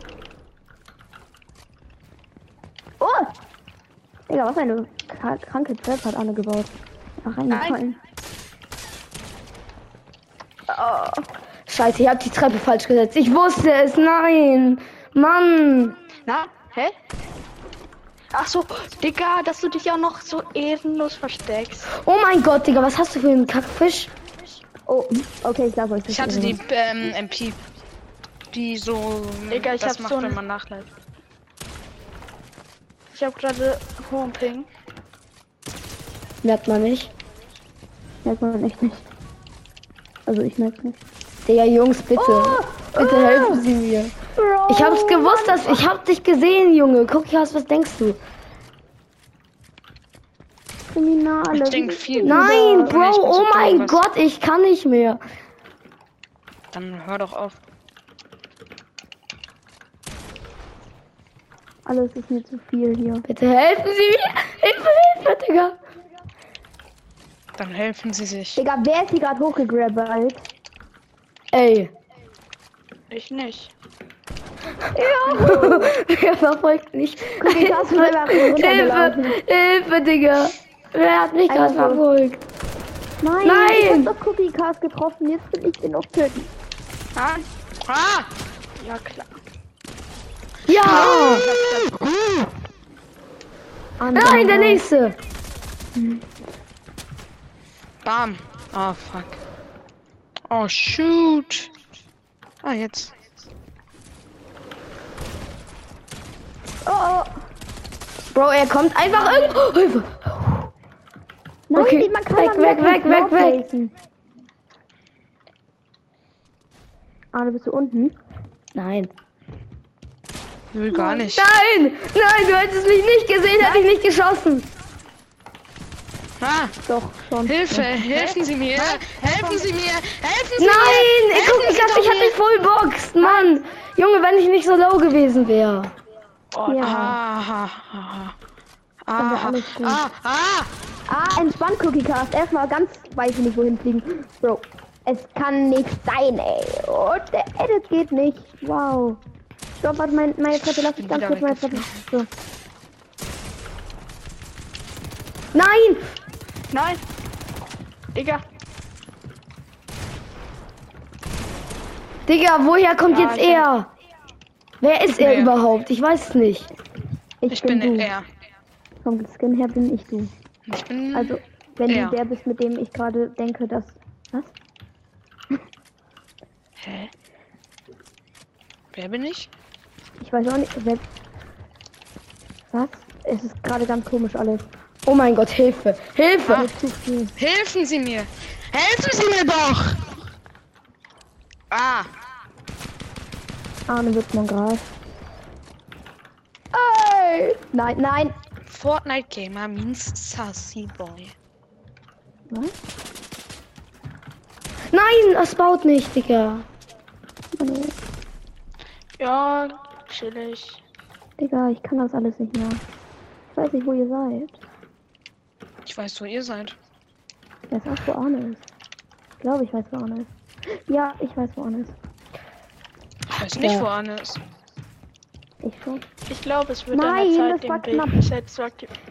[SPEAKER 3] Oh! Digga, was eine kra- kranke Trap hat Anne gebaut. Ach, reingefallen.
[SPEAKER 1] Scheiße, ich hab die Treppe falsch gesetzt. Ich wusste es, nein. Mann.
[SPEAKER 4] Na? Hä? Ach so, Digga, dass du dich auch noch so ehrenlos versteckst.
[SPEAKER 1] Oh mein Gott, Digga, was hast du für einen Kackfisch?
[SPEAKER 3] Oh, okay, ich glaube, euch. das
[SPEAKER 2] Ich hatte
[SPEAKER 3] ist
[SPEAKER 2] die
[SPEAKER 3] irre.
[SPEAKER 2] ähm, MP. Die so.
[SPEAKER 4] Digga, ich
[SPEAKER 2] das
[SPEAKER 4] hab
[SPEAKER 2] macht,
[SPEAKER 4] so
[SPEAKER 2] wenn
[SPEAKER 4] ne-
[SPEAKER 2] man nachlädt.
[SPEAKER 4] Ich habe gerade hohen Ping.
[SPEAKER 1] Merkt man nicht.
[SPEAKER 3] Merkt man echt nicht. Also, ich merke nicht.
[SPEAKER 1] Digga, Jungs, bitte.
[SPEAKER 3] Oh.
[SPEAKER 1] bitte helfen Sie mir. Ich hab's gewusst, dass ich hab dich gesehen, Junge. Guck hier aus, was denkst du?
[SPEAKER 3] Kriminale.
[SPEAKER 2] Ich denk viel.
[SPEAKER 1] Nein,
[SPEAKER 2] Wenn ich
[SPEAKER 1] Bro,
[SPEAKER 2] so
[SPEAKER 1] oh
[SPEAKER 2] dumm
[SPEAKER 1] mein
[SPEAKER 2] was-
[SPEAKER 1] Gott, ich kann nicht mehr.
[SPEAKER 2] Dann hör doch auf.
[SPEAKER 3] Alles ist mir zu viel hier.
[SPEAKER 1] Bitte helfen Sie mir. Hilfe, Hilfe, Digga.
[SPEAKER 2] Dann helfen sie sich.
[SPEAKER 3] Digga, wer ist hier gerade hochgegrabbelt?
[SPEAKER 1] Ey.
[SPEAKER 4] Ich nicht.
[SPEAKER 1] Wer verfolgt mich?
[SPEAKER 3] ich hab's selber runtergelaufen.
[SPEAKER 1] Hilfe, Hilfe, Digga. Wer hat mich gerade
[SPEAKER 3] Einfach so.
[SPEAKER 1] verfolgt?
[SPEAKER 3] Nein,
[SPEAKER 1] Nein!
[SPEAKER 3] ich hab doch Cookie Cast getroffen. Jetzt will ich den noch töten.
[SPEAKER 4] Nein!
[SPEAKER 2] Ah!
[SPEAKER 4] Ja klar.
[SPEAKER 1] Ja.
[SPEAKER 3] Anne,
[SPEAKER 1] Nein, der nächste.
[SPEAKER 2] Bam! Ah, fuck. Oh, shoot! Ah, jetzt.
[SPEAKER 3] Oh, oh.
[SPEAKER 1] Bro, er kommt einfach irgendwo. Hilfe.
[SPEAKER 3] Nein,
[SPEAKER 1] Okay,
[SPEAKER 3] man kann
[SPEAKER 1] weg,
[SPEAKER 3] man
[SPEAKER 1] weg,
[SPEAKER 3] wirklich
[SPEAKER 1] weg, weg, weg.
[SPEAKER 3] nachlesen. Arne, Ah, bist du unten?
[SPEAKER 1] Nein.
[SPEAKER 2] Will gar nicht.
[SPEAKER 1] Nein! Nein, du hättest mich nicht gesehen, hätte ich nicht geschossen.
[SPEAKER 2] Ah!
[SPEAKER 3] Doch, schon.
[SPEAKER 2] Hilfe! Helfen Sie mir! Helfen Sie mir! Helfen Sie mir!
[SPEAKER 1] Nein! Ich guck
[SPEAKER 2] Helfen
[SPEAKER 1] mich
[SPEAKER 2] Sie
[SPEAKER 1] grad,
[SPEAKER 2] doch
[SPEAKER 1] ich hatte voll Box, Mann! Junge, wenn ich nicht so low gewesen wäre.
[SPEAKER 4] Oh,
[SPEAKER 3] Ja.
[SPEAKER 2] Ah, ah, ah,
[SPEAKER 3] Dann wär
[SPEAKER 2] ah,
[SPEAKER 3] alles gut.
[SPEAKER 2] ah, ah,
[SPEAKER 3] Ah, entspannt, Cookie Cast. Erstmal ganz weiß ich nicht, wohin fliegen. Bro, es kann nicht sein, ey. Und der Edit geht nicht. Wow. Stopp, warte, mein, meine Treppe, lass
[SPEAKER 2] Bin
[SPEAKER 3] mich ganz kurz
[SPEAKER 2] wieder
[SPEAKER 3] meine Treppe. So.
[SPEAKER 1] Nein!
[SPEAKER 4] Nein! Digga,
[SPEAKER 1] Digga, woher kommt
[SPEAKER 4] Ja,
[SPEAKER 1] jetzt
[SPEAKER 4] ich
[SPEAKER 1] er? Wer ist er
[SPEAKER 2] Ja.
[SPEAKER 1] überhaupt? Ich weiß es nicht.
[SPEAKER 3] Ich,
[SPEAKER 2] ich
[SPEAKER 3] bin,
[SPEAKER 2] bin
[SPEAKER 3] du.
[SPEAKER 2] er.
[SPEAKER 3] Vom Skin her bin ich du.
[SPEAKER 2] Ich bin.
[SPEAKER 3] Also, wenn
[SPEAKER 2] Er.
[SPEAKER 3] du der bist, mit dem ich gerade denke, dass... Was?
[SPEAKER 2] Hä? Wer bin ich?
[SPEAKER 3] Ich weiß auch nicht, wer... Was? Es ist gerade ganz komisch alles.
[SPEAKER 1] Oh mein Gott, Hilfe! Hilfe!
[SPEAKER 3] Zu viel.
[SPEAKER 2] Helfen Sie mir! Helfen Sie mir doch! Ah,
[SPEAKER 3] Arne wird man gerade. Ey! Ah. Nein, nein!
[SPEAKER 2] Fortnite Gamer means Sassy Boy.
[SPEAKER 3] Was?
[SPEAKER 1] Nein, es baut nicht, Digga.
[SPEAKER 4] Ja, chillig.
[SPEAKER 3] Digga, ich kann das alles nicht mehr. Ich weiß nicht, wo ihr seid.
[SPEAKER 2] Ich weiß, wo ihr seid.
[SPEAKER 3] Ich weiß auch, wo Arne ist. Ich glaube, ich weiß, wo Arne ist. Ja, ich weiß, wo Arne ist.
[SPEAKER 2] Ich weiß nicht,
[SPEAKER 1] Ja.
[SPEAKER 2] wo Anne ist.
[SPEAKER 3] Ich schon.
[SPEAKER 4] Ich glaube, es wird
[SPEAKER 3] Nein,
[SPEAKER 4] an der Zeit,
[SPEAKER 3] das war
[SPEAKER 4] den Bild-
[SPEAKER 3] knapp.
[SPEAKER 4] Set zu aktivieren.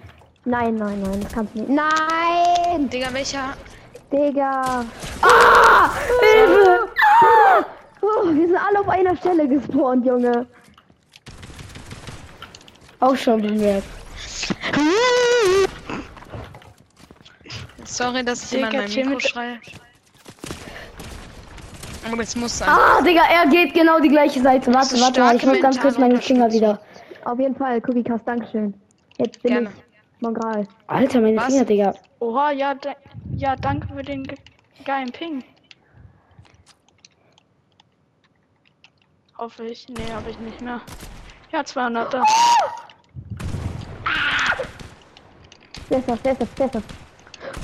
[SPEAKER 3] Nein, nein, nein, das kannst du nicht. Nein!
[SPEAKER 2] Digga, welcher?
[SPEAKER 3] Digga! Ah! Hilfe! Ah! Oh, wir sind alle auf einer Stelle gespawnt, Junge. Ah.
[SPEAKER 1] Auch schon bemerkt.
[SPEAKER 2] Sorry, dass ich
[SPEAKER 4] Digga,
[SPEAKER 2] immer in mein
[SPEAKER 4] chill
[SPEAKER 2] Mikro
[SPEAKER 4] mit-
[SPEAKER 2] schreie. Aber es muss sein.
[SPEAKER 1] Ah, Digga, er geht genau die gleiche Seite. Warte,
[SPEAKER 2] ist
[SPEAKER 1] warte, warte. Ich
[SPEAKER 2] starke
[SPEAKER 1] muss ganz kurz
[SPEAKER 2] mentale
[SPEAKER 1] meine Finger wieder.
[SPEAKER 3] Auf jeden Fall, Cookie Cast, Dankeschön. Jetzt bin
[SPEAKER 2] Gerne.
[SPEAKER 3] ich Mongral.
[SPEAKER 1] Alter, meine
[SPEAKER 2] Was?
[SPEAKER 1] Finger, Digga.
[SPEAKER 4] Oha, ja, da- ja, danke für den ge geilen Ping. Hoffe ich. Nee, habe ich nicht mehr. Ja, 200 da.
[SPEAKER 3] Oh, Wer ist das? Wer ist das? Wer ist das?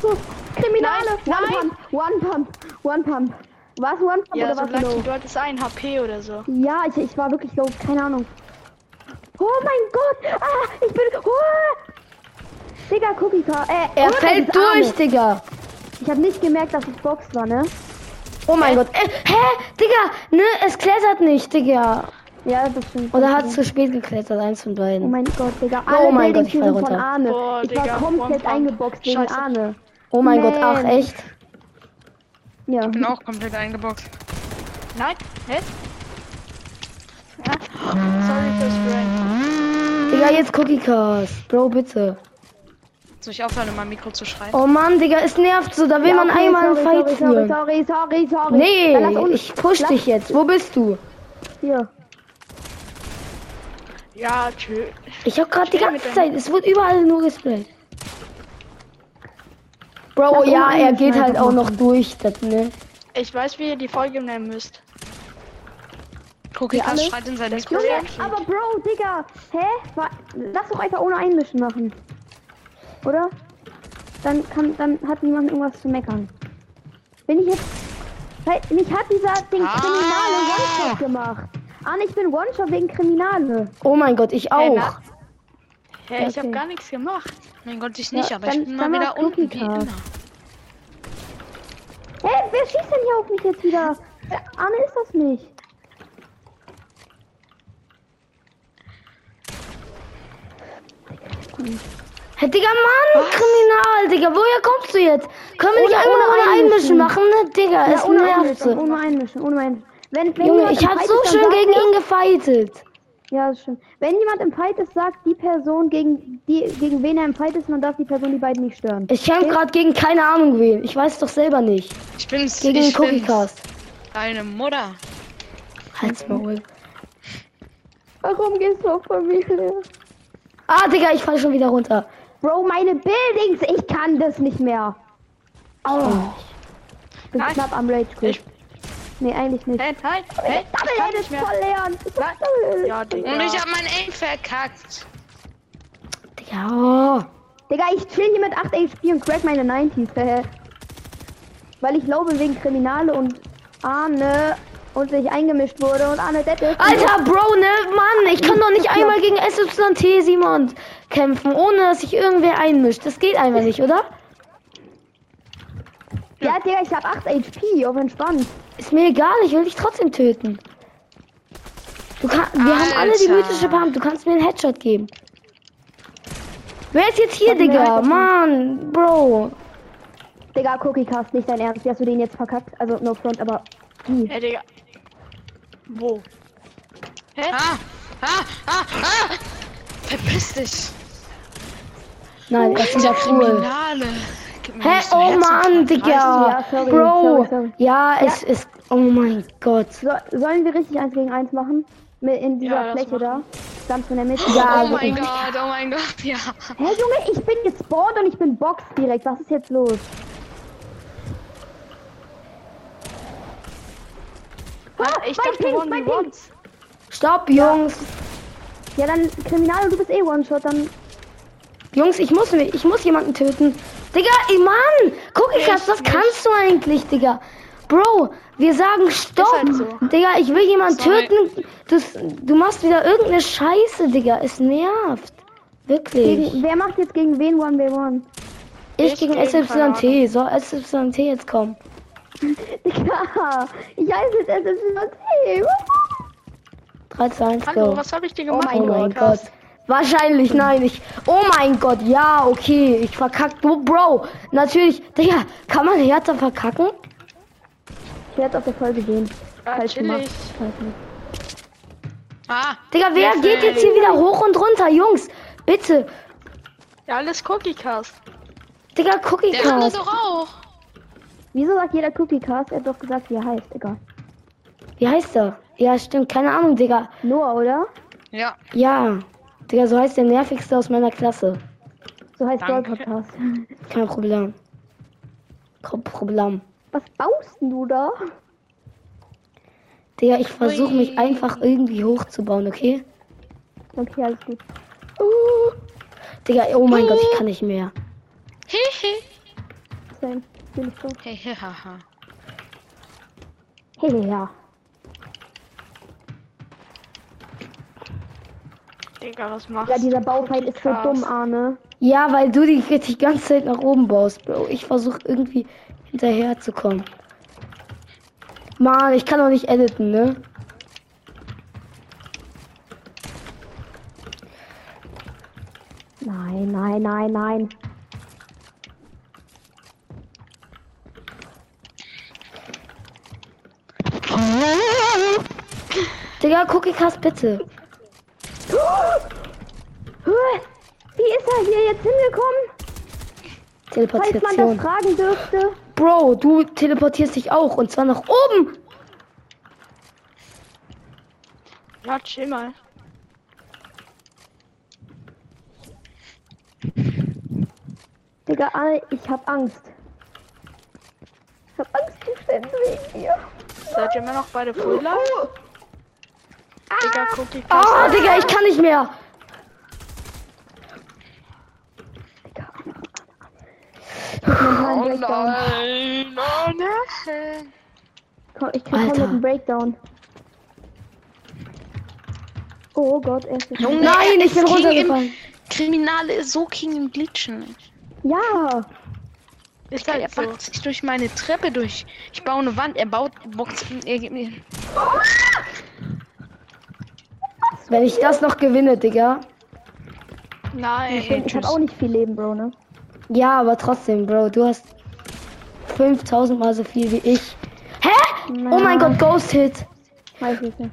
[SPEAKER 3] Oh, Kriminale!
[SPEAKER 4] Nein,
[SPEAKER 3] one Pump!
[SPEAKER 4] nein.
[SPEAKER 3] One Pump! One Pump! Was One Pump
[SPEAKER 4] Ja,
[SPEAKER 3] oder
[SPEAKER 4] so
[SPEAKER 3] was
[SPEAKER 4] sagst du,
[SPEAKER 3] Low?
[SPEAKER 4] du hattest ein HP oder so.
[SPEAKER 3] Ja, ich, ich war wirklich low, keine Ahnung. Oh mein Gott! Ah, ich bin. Oh! Digga, Cookie Car. Äh,
[SPEAKER 1] Er
[SPEAKER 3] oh, das
[SPEAKER 1] fällt
[SPEAKER 3] ist Arme.
[SPEAKER 1] durch, Digga.
[SPEAKER 3] Ich habe nicht gemerkt, dass es Box war, ne?
[SPEAKER 1] Oh mein Gott. Äh, hä? Digga, ne, es klettert nicht, Digga.
[SPEAKER 3] Ja, das stimmt.
[SPEAKER 1] Oder hat zu spät geklettert, eins von
[SPEAKER 3] Oh
[SPEAKER 1] beiden.
[SPEAKER 3] mein Gott, Digga. Alle
[SPEAKER 1] mein
[SPEAKER 3] Buildings
[SPEAKER 1] Gott, ich
[SPEAKER 3] hier
[SPEAKER 1] fall
[SPEAKER 3] sind von
[SPEAKER 1] runter.
[SPEAKER 3] Arne.
[SPEAKER 4] Boah,
[SPEAKER 3] ich
[SPEAKER 4] Digga,
[SPEAKER 3] war komplett
[SPEAKER 4] One Pump.
[SPEAKER 3] eingebockt wegen
[SPEAKER 4] Scheiße.
[SPEAKER 3] Arne.
[SPEAKER 1] Oh mein Gott, ach
[SPEAKER 3] Mensch.
[SPEAKER 1] echt?
[SPEAKER 3] Ja.
[SPEAKER 2] Ich bin auch komplett eingebockt.
[SPEAKER 4] Nein, hä? Ja? Sorry fürs Brain.
[SPEAKER 1] Digga, jetzt Cookie Cast. Bro, bitte.
[SPEAKER 2] Soll ich aufhören, in mein Mikro zu schreien?
[SPEAKER 1] Oh Mann, Digga, es nervt so. Da will
[SPEAKER 3] Ja,
[SPEAKER 1] man
[SPEAKER 3] okay,
[SPEAKER 1] einmal einen
[SPEAKER 3] sorry,
[SPEAKER 1] Fight
[SPEAKER 3] sorry,
[SPEAKER 1] führen.
[SPEAKER 3] Sorry, sorry, sorry, sorry. Dann lass
[SPEAKER 1] Nee,
[SPEAKER 3] uns-
[SPEAKER 1] ich push
[SPEAKER 3] lass-
[SPEAKER 1] dich jetzt. Wo bist du?
[SPEAKER 3] Hier.
[SPEAKER 4] Ja, tschö.
[SPEAKER 1] Ich hab grad die
[SPEAKER 4] Spiel
[SPEAKER 1] ganze
[SPEAKER 4] mit
[SPEAKER 1] Zeit, es wird überall nur gesplayt. Bro,
[SPEAKER 3] Lass
[SPEAKER 1] ja,
[SPEAKER 3] uns
[SPEAKER 1] er
[SPEAKER 3] einen
[SPEAKER 1] geht halt
[SPEAKER 3] Sniper
[SPEAKER 1] auch noch durch, das, ne?
[SPEAKER 4] Ich weiß, wie ihr die Folge nennen müsst.
[SPEAKER 2] Cookie
[SPEAKER 3] wir
[SPEAKER 2] Cast
[SPEAKER 3] alle?
[SPEAKER 2] schreit in sein Mikro.
[SPEAKER 3] Junge, aber Bro, Digga, hä? Wa- Lass doch einfach ohne Einmischen machen. Oder? Dann kann, dann hat niemand irgendwas zu meckern. Bin ich jetzt. Weil mich hat dieser Ding
[SPEAKER 2] Ah!
[SPEAKER 3] Kriminale One-Shot gemacht. Ah, ich bin One-Shot wegen Kriminale.
[SPEAKER 1] Oh mein Gott, ich
[SPEAKER 4] Hey,
[SPEAKER 1] auch.
[SPEAKER 4] na- Hä,
[SPEAKER 3] Ja,
[SPEAKER 4] ich habe
[SPEAKER 3] okay.
[SPEAKER 4] gar nichts gemacht.
[SPEAKER 2] Mein Gott, ich nicht,
[SPEAKER 3] Ja,
[SPEAKER 2] aber ich
[SPEAKER 3] dann-
[SPEAKER 2] bin mal
[SPEAKER 3] dann
[SPEAKER 2] wieder
[SPEAKER 3] mach
[SPEAKER 2] unten,
[SPEAKER 3] Cookie
[SPEAKER 2] wie
[SPEAKER 3] Cast.
[SPEAKER 2] immer.
[SPEAKER 3] Hä, wer schießt denn hier auf mich jetzt wieder? Äh, Arne ist das nicht.
[SPEAKER 1] Hey, Digga, Mann, Kriminal, Digga, woher kommst du jetzt? Können wir nicht
[SPEAKER 3] Ohne-
[SPEAKER 1] einmal
[SPEAKER 3] ohne
[SPEAKER 1] ohne Einmischen
[SPEAKER 3] Einmischen.
[SPEAKER 1] machen, ne? Digga,
[SPEAKER 3] Ja,
[SPEAKER 1] es
[SPEAKER 3] ohne
[SPEAKER 1] nervt
[SPEAKER 3] Einmischen,
[SPEAKER 1] so.
[SPEAKER 3] ohne Einmischen, ohne Einmischen. Wenn, wenn
[SPEAKER 1] Junge,
[SPEAKER 3] jemand
[SPEAKER 1] ich
[SPEAKER 3] im
[SPEAKER 1] hab
[SPEAKER 3] Fight
[SPEAKER 1] so
[SPEAKER 3] ist, dann
[SPEAKER 1] schön
[SPEAKER 3] sag
[SPEAKER 1] gegen
[SPEAKER 3] mir-
[SPEAKER 1] ihn gefightet.
[SPEAKER 3] Ja, das stimmt. Wenn jemand im Fight ist, sagt die Person, gegen, die, gegen wen er im Fight ist, man darf die Person die beiden nicht stören.
[SPEAKER 1] Ich kämpf grad gegen keine Ahnung wen. Ich weiß doch selber nicht.
[SPEAKER 2] Ich bin's,
[SPEAKER 1] Gegen
[SPEAKER 2] ich
[SPEAKER 1] den Cookie
[SPEAKER 2] bin's.
[SPEAKER 1] Cast.
[SPEAKER 2] Deine Mutter.
[SPEAKER 1] Halt's
[SPEAKER 3] Mhm.
[SPEAKER 1] Maul.
[SPEAKER 3] Warum gehst du auf Familie?
[SPEAKER 1] Ah, Digga, ich fall schon wieder runter.
[SPEAKER 3] Bro, meine Buildings, ich kann das nicht mehr.
[SPEAKER 1] Aua.
[SPEAKER 3] Bin
[SPEAKER 4] Nein.
[SPEAKER 3] knapp am Rage Quit.
[SPEAKER 4] Ich-
[SPEAKER 3] Nee, eigentlich nicht.
[SPEAKER 4] Hä, nein, hä? Ich kann
[SPEAKER 3] Double ist
[SPEAKER 4] nicht mehr.
[SPEAKER 3] voll leer.
[SPEAKER 4] Nein.
[SPEAKER 3] Double.
[SPEAKER 4] Ja, Digga.
[SPEAKER 2] Und ich hab mein Aim verkackt.
[SPEAKER 1] Digga, oh.
[SPEAKER 3] Digga, ich chill hier mit 8 HP und crack meine 90s. hä? Weil ich low bin wegen Kriminale und Arne und sich eingemischt wurde und Arne dead ist.
[SPEAKER 1] Alter, Bro, ne? Mann, ich kann doch nicht einmal gegen SYT Simon kämpfen, ohne dass sich irgendwer einmischt. Das geht einfach nicht, oder?
[SPEAKER 3] Ja, Digga, ich hab 8 HP, auf entspannt.
[SPEAKER 1] Ist mir egal, ich will dich trotzdem töten. Du kann, wir haben alle die
[SPEAKER 2] Alter.
[SPEAKER 1] mythische Pump, du kannst mir einen Headshot geben. Wer ist jetzt hier,
[SPEAKER 3] Warte,
[SPEAKER 1] Digga?
[SPEAKER 3] warte.
[SPEAKER 1] Mann, Bro.
[SPEAKER 3] Digga, Cookie Cast, nicht dein Ernst. Wie hast du den jetzt verkackt? Also, no front, aber. Wie?
[SPEAKER 4] Hä, Digga. Wo?
[SPEAKER 3] Ah,
[SPEAKER 4] Hä?
[SPEAKER 2] Ah, ah, ah, ah. Verpiss dich.
[SPEAKER 1] Nein, das ist wieder cool.
[SPEAKER 2] Kriminale. Gib mir
[SPEAKER 1] Hä?
[SPEAKER 2] nicht so
[SPEAKER 1] Oh
[SPEAKER 2] einen
[SPEAKER 1] Mann,
[SPEAKER 3] Ja,
[SPEAKER 1] Digga.
[SPEAKER 3] sorry,
[SPEAKER 1] Bro.
[SPEAKER 3] sorry, sorry.
[SPEAKER 1] Ja, es ist. Oh mein Gott.
[SPEAKER 3] So, sollen wir richtig eins gegen eins machen? Mit in dieser
[SPEAKER 4] Ja, lass
[SPEAKER 3] Fläche da? Ganz in der Mitte?
[SPEAKER 1] Ja,
[SPEAKER 2] Oh mein
[SPEAKER 1] wirklich.
[SPEAKER 2] Gott, oh mein Gott, ja.
[SPEAKER 3] Hä, Junge, ich bin gespawnt und ich bin Box direkt. Was ist jetzt los? Ah,
[SPEAKER 4] ich
[SPEAKER 3] mein
[SPEAKER 4] dachte
[SPEAKER 3] Ping, mein
[SPEAKER 4] 1v1s.
[SPEAKER 1] Stopp, Jungs.
[SPEAKER 3] Ja, dann Kriminal und du bist eh One-Shot, dann.
[SPEAKER 1] Jungs, ich muss mich, ich muss jemanden töten. Digga, ey Mann! Guck ich das, das kannst du eigentlich, Digga. Bro, wir sagen Stopp.
[SPEAKER 4] halt so.
[SPEAKER 1] Digga, ich will jemanden
[SPEAKER 2] Sorry.
[SPEAKER 1] töten. Du, du machst wieder irgendeine Scheiße, Digga. Es nervt. Wirklich.
[SPEAKER 3] Gegen, wer macht jetzt gegen wen 1v1?
[SPEAKER 1] ich,
[SPEAKER 4] ich
[SPEAKER 1] gegen
[SPEAKER 4] gegen
[SPEAKER 1] SYT. Soll SYT jetzt kommen?
[SPEAKER 3] Digga, ich heiße jetzt SFC.
[SPEAKER 1] 3, 2, 1,
[SPEAKER 4] Hallo,
[SPEAKER 1] go.
[SPEAKER 4] was habe ich dir
[SPEAKER 1] Oh
[SPEAKER 4] gemacht?
[SPEAKER 1] mein, Gott.
[SPEAKER 4] Lukas?
[SPEAKER 1] Wahrscheinlich, nein, ich. Oh mein Gott, ja, okay. Ich verkack. Du, Bro, natürlich. Digga, kann man Hertha verkacken?
[SPEAKER 3] Ich werde auf der Folge
[SPEAKER 1] Mhm.
[SPEAKER 3] gehen. Falsch gemacht.
[SPEAKER 4] Natürlich.
[SPEAKER 3] Falsch gemacht.
[SPEAKER 2] Ah,
[SPEAKER 1] Digga, wer
[SPEAKER 2] Hilfe.
[SPEAKER 1] geht jetzt hier wieder hoch und runter? Jungs, bitte.
[SPEAKER 4] Ja, alles Cookie Cast.
[SPEAKER 1] Digga, Cookie
[SPEAKER 2] der andere
[SPEAKER 1] Cast.
[SPEAKER 2] doch auch.
[SPEAKER 3] Wieso sagt jeder Cookie Cast? Er hat doch gesagt, wie er heißt. Egal.
[SPEAKER 1] Wie heißt er? Ja, stimmt, keine Ahnung, Digga.
[SPEAKER 3] Noah, oder?
[SPEAKER 2] Ja,
[SPEAKER 1] Ja. Digga, so heißt der nervigste aus meiner Klasse.
[SPEAKER 3] So heißt der
[SPEAKER 2] Danke.
[SPEAKER 3] Podcast.
[SPEAKER 1] Kein Problem. Kein Problem.
[SPEAKER 3] Was baust denn du da?
[SPEAKER 1] Digga, ich versuche
[SPEAKER 2] Ui.
[SPEAKER 1] mich einfach irgendwie hochzubauen, okay?
[SPEAKER 3] Okay, alles gut.
[SPEAKER 1] Uh. Digga, oh mein Gott, ich kann nicht mehr.
[SPEAKER 2] hehe.
[SPEAKER 3] Sein. Bin ich so.
[SPEAKER 2] Hehehaha.
[SPEAKER 3] Hey, ja.
[SPEAKER 4] Digga, was machst
[SPEAKER 3] Ja, dieser
[SPEAKER 4] du?
[SPEAKER 3] Baufeind
[SPEAKER 4] Cookie
[SPEAKER 3] ist so
[SPEAKER 4] Cast.
[SPEAKER 3] dumm, Arne.
[SPEAKER 1] Ja, weil du die, die ganze Zeit nach oben baust, Bro. Ich versuche irgendwie hinterherzukommen. Mann, ich kann doch nicht editen, ne?
[SPEAKER 3] Nein, nein, nein, nein.
[SPEAKER 1] Oh Digga, Cookie Cast, bitte.
[SPEAKER 3] Huh, Wie ist er hier jetzt hingekommen? Falls man das
[SPEAKER 1] Teleportation.
[SPEAKER 3] fragen dürfte.
[SPEAKER 1] Bro, du teleportierst dich auch und zwar nach oben.
[SPEAKER 4] Ja, chill mal.
[SPEAKER 3] Digga, Arne, ich hab Angst. Ich hab Angst, die Stände wegen dir.
[SPEAKER 4] Seid ihr immer noch
[SPEAKER 3] Oh.
[SPEAKER 4] beide Brüder? Digga, Cookie Cast.
[SPEAKER 1] Ah, Digga, ich kann nicht mehr.
[SPEAKER 2] Oh nein, oh nein.
[SPEAKER 3] Komm, ich krieg voll
[SPEAKER 1] Alter.
[SPEAKER 3] mit einem Breakdown. Oh Gott, er ist jetzt-
[SPEAKER 2] Junge,
[SPEAKER 1] Nein, ich bin
[SPEAKER 2] es ging
[SPEAKER 1] runtergefallen.
[SPEAKER 2] Im Kriminale ist so King im Glitschen.
[SPEAKER 3] Ja!
[SPEAKER 2] Ist halt er packt sich durch meine Treppe durch. Ich baue eine Wand, er baut, boxt, er gibt mir.
[SPEAKER 1] Wenn ich das noch gewinne, Digga.
[SPEAKER 4] Nein.
[SPEAKER 3] Ich hab auch nicht viel Leben, Bro, ne?
[SPEAKER 1] Ja, aber trotzdem, Bro, du hast 5000 mal so viel wie ich. Hä? Oh mein Gott, Ghost Hit.
[SPEAKER 3] Weiß ich nicht.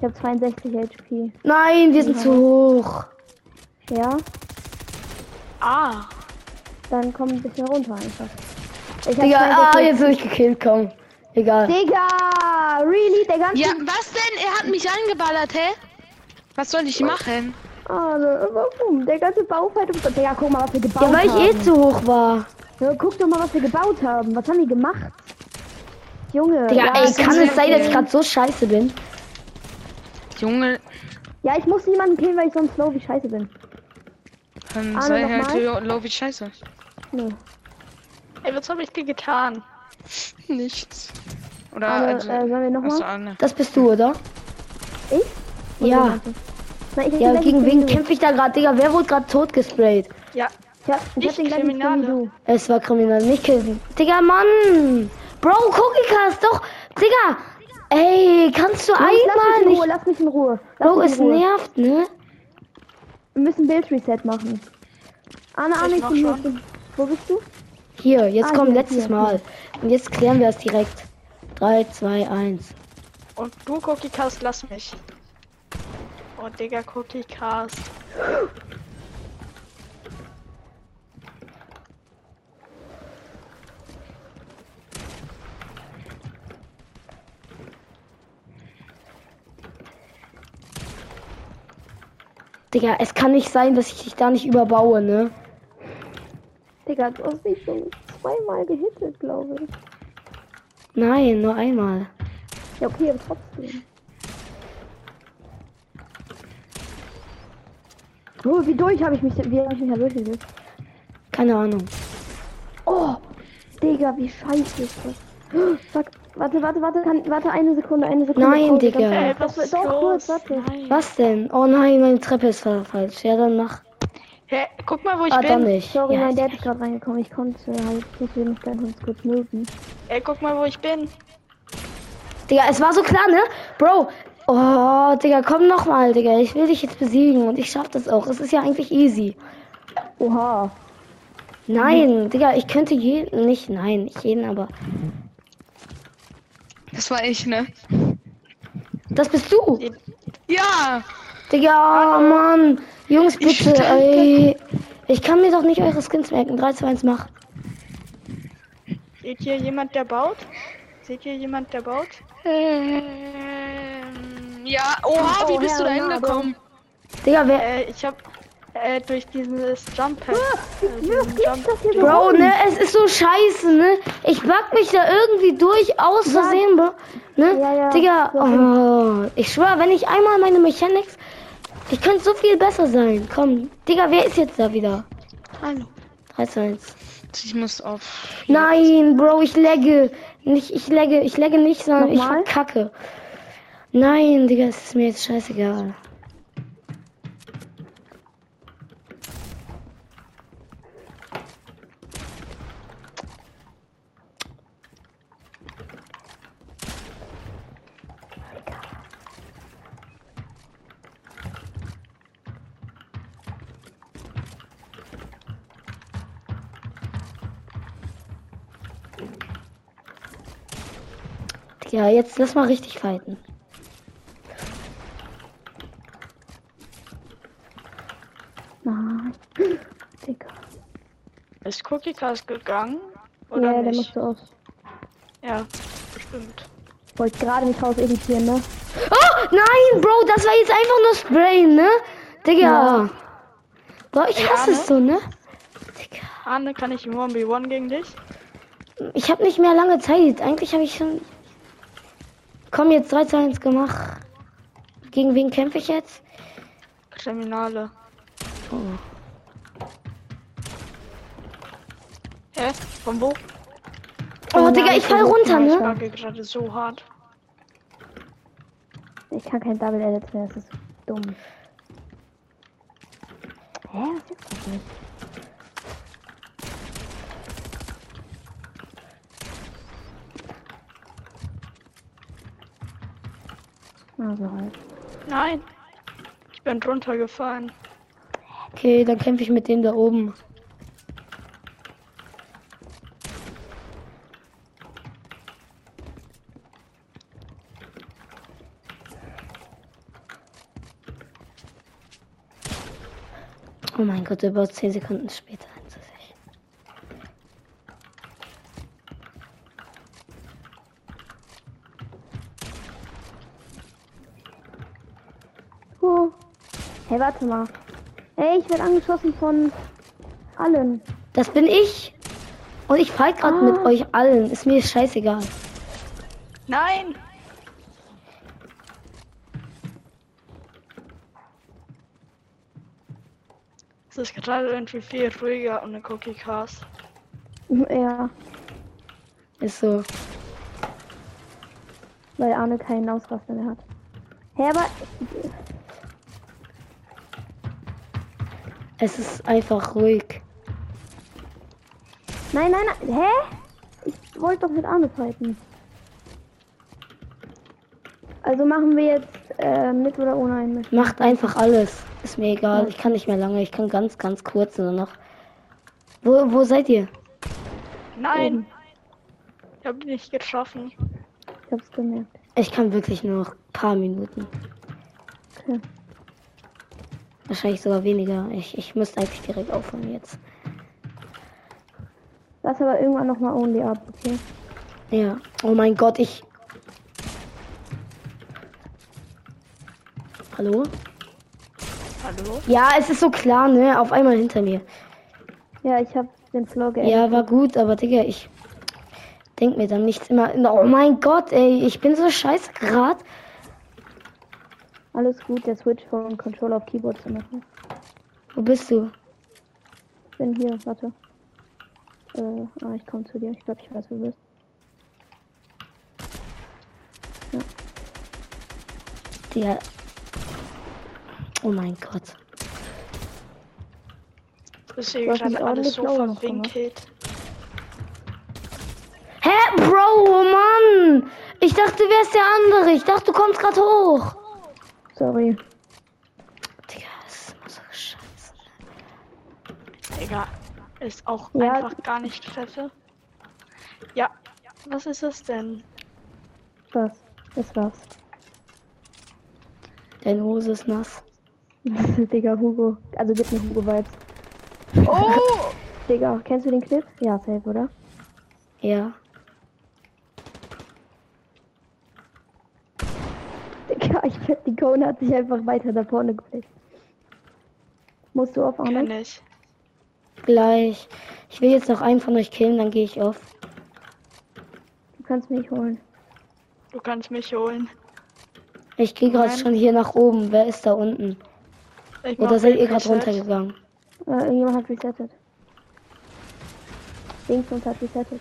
[SPEAKER 3] Ich hab 62 HP.
[SPEAKER 1] Nein, wir sind zu hoch.
[SPEAKER 3] Ja?
[SPEAKER 4] Ah.
[SPEAKER 3] Dann komm ein bisschen runter einfach. Ich hab
[SPEAKER 1] Digga,
[SPEAKER 3] 62
[SPEAKER 1] ah, jetzt bin ich gekillt, komm. Egal.
[SPEAKER 3] Digga! Really? Der ganze.
[SPEAKER 2] Ja, was denn? Er hat mich angeballert, hä? Was soll ich machen?
[SPEAKER 3] Also, warum? Der ganze Baufeld. Und... Digga, guck mal, was wir gebaut
[SPEAKER 1] Ja, weil ich
[SPEAKER 3] haben.
[SPEAKER 1] eh zu hoch war.
[SPEAKER 3] Ja, guck doch mal, was wir gebaut haben. Was haben wir gemacht? Junge.
[SPEAKER 1] Digga,
[SPEAKER 3] ja,
[SPEAKER 1] ey,
[SPEAKER 3] es-
[SPEAKER 1] kann es sein, dass ich gerade so scheiße bin?
[SPEAKER 2] Junge,
[SPEAKER 3] ja, ich muss niemanden killen, weil ich sonst low wie scheiße bin.
[SPEAKER 2] dann
[SPEAKER 3] Arne,
[SPEAKER 2] sei
[SPEAKER 3] noch
[SPEAKER 2] halt
[SPEAKER 3] mal?
[SPEAKER 2] lo- low wie scheiße.
[SPEAKER 3] Nee.
[SPEAKER 4] Ey, was habe ich dir getan?
[SPEAKER 2] Nichts. Oder
[SPEAKER 3] Aber,
[SPEAKER 2] also,
[SPEAKER 3] äh, sollen wir
[SPEAKER 2] achso,
[SPEAKER 3] nochmal?
[SPEAKER 2] Arne.
[SPEAKER 1] Das bist du, oder?
[SPEAKER 3] Oder
[SPEAKER 1] Ja.
[SPEAKER 3] meinst du? Nein, ich hab
[SPEAKER 1] Ja,
[SPEAKER 3] den
[SPEAKER 1] gegen
[SPEAKER 3] gleichen
[SPEAKER 1] wen
[SPEAKER 3] Skin
[SPEAKER 1] kämpfe ich da gerade, Digga? Wer wurde gerade tot gesprayt?
[SPEAKER 4] Ja,
[SPEAKER 3] wie du. Ich hab, ich hab
[SPEAKER 4] Nicht
[SPEAKER 3] den gleichen Skin wie
[SPEAKER 4] Kriminale.
[SPEAKER 3] du.
[SPEAKER 1] Es war kriminell, nicht killen. Digga, Mann! Bro, Cookie Cast, doch! Digga! Ey, kannst du
[SPEAKER 3] lass mich
[SPEAKER 1] einmal
[SPEAKER 3] in Ruhe,
[SPEAKER 1] nicht.
[SPEAKER 3] lass mich in Ruhe. Lass
[SPEAKER 1] Bro,
[SPEAKER 3] mich
[SPEAKER 1] es
[SPEAKER 3] in Ruhe.
[SPEAKER 1] nervt, ne?
[SPEAKER 3] Wir müssen Bild Reset machen. Anne, Anne,
[SPEAKER 4] Ich
[SPEAKER 3] ich
[SPEAKER 4] mach
[SPEAKER 3] bin
[SPEAKER 4] schon.
[SPEAKER 3] hier. Wo bist du?
[SPEAKER 1] Hier, jetzt
[SPEAKER 3] Ah,
[SPEAKER 1] kommt
[SPEAKER 3] hier,
[SPEAKER 1] letztes
[SPEAKER 3] hier,
[SPEAKER 1] Mal. Und jetzt klären wir es direkt. 3, 2, 1.
[SPEAKER 4] und du, Cookie Cast, lass mich. Oh, Digga, Cookie Cast.
[SPEAKER 1] Digga, es kann nicht sein, dass ich dich da nicht überbaue, ne?
[SPEAKER 3] Digga, du hast mich schon zweimal gehittet, glaube ich.
[SPEAKER 1] Nein, nur einmal.
[SPEAKER 3] Ja, okay, aber trotzdem. Oh, wie durch habe ich mich, wie habe ich mich da durchgesetzt?
[SPEAKER 1] Keine Ahnung.
[SPEAKER 3] Oh, Digga, wie scheiße ist das. Oh, Fuck, warte, warte, warte, kann, warte, eine Sekunde, eine Sekunde.
[SPEAKER 1] Nein,
[SPEAKER 3] Pause,
[SPEAKER 1] Digga.
[SPEAKER 3] ganz-
[SPEAKER 1] Ey,
[SPEAKER 3] Doch, doch, kurz, warte.
[SPEAKER 1] Was denn? Oh nein, meine Treppe ist fa- falsch. Ja, dann mach.
[SPEAKER 4] Hä, guck mal, wo ich
[SPEAKER 1] Ah,
[SPEAKER 4] bin.
[SPEAKER 1] doch nicht.
[SPEAKER 3] Sorry,
[SPEAKER 1] ja,
[SPEAKER 3] mein Dad ist gerade reingekommen. Ich konnte halt so viel nicht ganz gut mögen.
[SPEAKER 4] Ey, guck mal, wo ich bin.
[SPEAKER 1] Digga, es war so klar, ne? Bro. Oh, Digga, komm nochmal, Digga. Ich will dich jetzt besiegen und ich schaff das auch. Es ist ja eigentlich easy.
[SPEAKER 3] Oha.
[SPEAKER 1] Nein, Digga, ich könnte jeden. Nicht, nein, nicht jeden, aber.
[SPEAKER 2] Das war ich, ne?
[SPEAKER 1] Das bist du!
[SPEAKER 2] Ja!
[SPEAKER 1] Digga, oh Mann. Jungs,
[SPEAKER 2] Ich
[SPEAKER 1] bitte,
[SPEAKER 2] stand
[SPEAKER 1] ey. Ich kann mir doch nicht eure Skins merken. 3, 2, 1, mach.
[SPEAKER 4] Seht ihr jemand, der baut? Seht ihr jemand, der baut?
[SPEAKER 2] Ähm, ja, oha, wie
[SPEAKER 3] Oh,
[SPEAKER 2] bist du da
[SPEAKER 3] Herr Ronaldo.
[SPEAKER 2] hingekommen?
[SPEAKER 1] Digga, wer.
[SPEAKER 4] Äh, ich hab äh, durch dieses Jump Pad.
[SPEAKER 1] Ah!
[SPEAKER 3] Wirf jetzt das hier
[SPEAKER 1] Bro, ne, es ist so scheiße, ne? Ich back mich da irgendwie durch, aus Versehen, Bro. Ne?
[SPEAKER 3] Ja, ja.
[SPEAKER 1] Digga, oh, ich schwör, wenn ich einmal meine Mechanics. Ich könnte so viel besser sein. Komm, Digga, wer ist jetzt da wieder?
[SPEAKER 4] Hallo.
[SPEAKER 1] 3 zu 1.
[SPEAKER 2] Ich muss auf.
[SPEAKER 1] Nein, Bro, ich legge. Nicht, ich legge, ich legge nicht, sondern
[SPEAKER 3] Nochmal?
[SPEAKER 1] ich verkacke. Nein, Digga, es ist mir jetzt scheißegal. Digga, jetzt lass mal richtig fighten.
[SPEAKER 3] Nein. Digga.
[SPEAKER 4] Ist Cookie Cast gegangen? Oder
[SPEAKER 3] Ja, der
[SPEAKER 4] nicht?
[SPEAKER 3] musste aus.
[SPEAKER 4] Ja, bestimmt.
[SPEAKER 3] Wollte gerade mich raus editieren, ne?
[SPEAKER 1] Oh, nein, Bro, das war jetzt einfach nur Spray, ne? Digga.
[SPEAKER 3] Ja.
[SPEAKER 1] Bro, ich
[SPEAKER 4] Ja,
[SPEAKER 1] hasse
[SPEAKER 4] ne?
[SPEAKER 1] es so, ne? Digga.
[SPEAKER 4] Anne, kann ich im 1v1 gegen dich?
[SPEAKER 1] Ich habe nicht mehr lange Zeit. Eigentlich habe ich schon. Komm, jetzt 3 zu 1 gemacht. Gegen wen kämpfe ich jetzt?
[SPEAKER 4] Kriminale.
[SPEAKER 1] Oh.
[SPEAKER 4] Hä? Von wo?
[SPEAKER 1] Oh, Digga, ich fall runter,
[SPEAKER 4] Ich
[SPEAKER 1] ne?
[SPEAKER 4] frage gerade so hart.
[SPEAKER 3] Ich kann kein Double Edit mehr, das ist dumm. Hä? Was ist das denn? Also halt.
[SPEAKER 4] Nein. Ich bin runtergefallen.
[SPEAKER 1] Okay, dann kämpfe ich mit dem da oben. Oh mein Gott, er baut 10 Sekunden später ein zu sich.
[SPEAKER 3] Oh. Hey, warte mal. Hey, ich werde angeschossen von allen.
[SPEAKER 1] Das bin ich. Und ich fight gerade mit euch allen. Ist mir scheißegal.
[SPEAKER 4] Nein! Es ist gerade irgendwie viel ruhiger ohne Cookie Cast.
[SPEAKER 3] Ja,
[SPEAKER 1] Ist so.
[SPEAKER 3] weil Arne keinen Ausraster mehr hat. Hä, aber
[SPEAKER 1] Es ist einfach ruhig.
[SPEAKER 3] Nein, nein, nein. Hä? Ich wollte doch mit Arne fighten. Also machen wir jetzt äh, mit oder ohne einmischen.
[SPEAKER 1] Macht einfach alles. Ist mir egal. Ich kann nicht mehr lange. Ich kann ganz, ganz kurz nur noch. Wo, wo seid ihr?
[SPEAKER 4] Nein! Ich hab nicht getroffen.
[SPEAKER 3] Ich hab's gemerkt.
[SPEAKER 1] Ich kann wirklich nur noch ein paar Minuten.
[SPEAKER 3] Okay.
[SPEAKER 1] Wahrscheinlich sogar weniger. Ich, ich müsste eigentlich direkt aufhören jetzt.
[SPEAKER 3] Lass aber irgendwann nochmal Only ab, okay?
[SPEAKER 1] Ja. Oh mein Gott, ich. Hallo?
[SPEAKER 4] Hallo?
[SPEAKER 1] Ja, es ist so klar, ne? Auf einmal hinter mir.
[SPEAKER 3] Ja, ich hab den Floor geändert.
[SPEAKER 1] Ja, war gut, aber Digga, ich. Denk mir dann nichts immer. Oh mein Gott, ey, ich bin so scheiße grad.
[SPEAKER 3] Alles gut, der Switch von Controller auf Keyboard zu machen.
[SPEAKER 1] Wo bist du?
[SPEAKER 3] Ich bin hier, warte. Äh, ah, ich komme zu dir. Ich glaube, ich weiß, wo du bist.
[SPEAKER 1] Der. Oh mein Gott.
[SPEAKER 4] Das ist hier
[SPEAKER 3] Du hast mich
[SPEAKER 4] gerade
[SPEAKER 3] ordentlich
[SPEAKER 4] alles so
[SPEAKER 3] blau gemacht,
[SPEAKER 4] verwinkelt.
[SPEAKER 1] Hä, Bro, oh Mann! Ich dachte, du wärst der andere. Ich dachte, du kommst grad hoch.
[SPEAKER 3] Sorry.
[SPEAKER 1] Digga, das ist immer so scheiße.
[SPEAKER 4] Digga, ist auch
[SPEAKER 3] Ja.
[SPEAKER 4] einfach gar nicht treffe. Ja, was ist das denn?
[SPEAKER 3] Was? Das war's.
[SPEAKER 1] Deine Hose ist nass.
[SPEAKER 3] Digga, Hugo. Also gib mir Hugo-Vibes.
[SPEAKER 2] Oh!
[SPEAKER 3] Digga, kennst du den Clip? Ja, safe, oder?
[SPEAKER 1] Ja.
[SPEAKER 3] Digga, ich die Cone hat sich einfach weiter da vorne gelegt. Musst du auf
[SPEAKER 4] Kenn
[SPEAKER 3] Arnold?
[SPEAKER 4] ich.
[SPEAKER 1] Gleich. Ich will jetzt noch einen von euch killen, dann gehe ich auf.
[SPEAKER 3] Du kannst mich holen.
[SPEAKER 4] Du kannst mich holen.
[SPEAKER 1] Ich gehe gerade
[SPEAKER 4] Nein.
[SPEAKER 1] schon hier nach oben. Wer ist da unten?
[SPEAKER 4] Ich mach
[SPEAKER 1] Oder seid ihr
[SPEAKER 4] Bild
[SPEAKER 1] gerade
[SPEAKER 4] Reset.
[SPEAKER 1] runtergegangen?
[SPEAKER 3] Äh, irgendjemand hat resettet. Links uns hat resettet.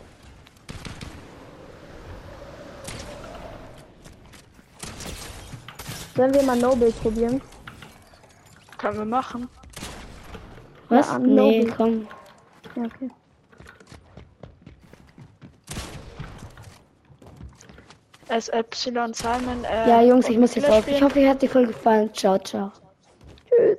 [SPEAKER 3] Sollen wir mal Noble probieren?
[SPEAKER 4] Können wir machen.
[SPEAKER 1] Was?
[SPEAKER 3] Ja, am
[SPEAKER 1] nee,
[SPEAKER 3] Lobby.
[SPEAKER 1] komm.
[SPEAKER 3] Ja, okay.
[SPEAKER 4] SY Simon. Äh,
[SPEAKER 1] Ja, Jungs, ich muss jetzt
[SPEAKER 4] Spieler
[SPEAKER 1] auf. Ich äh,
[SPEAKER 4] spielen. äh,
[SPEAKER 1] hoffe, euch hat die Folge gefallen. Ciao, ciao.
[SPEAKER 3] Tschüss.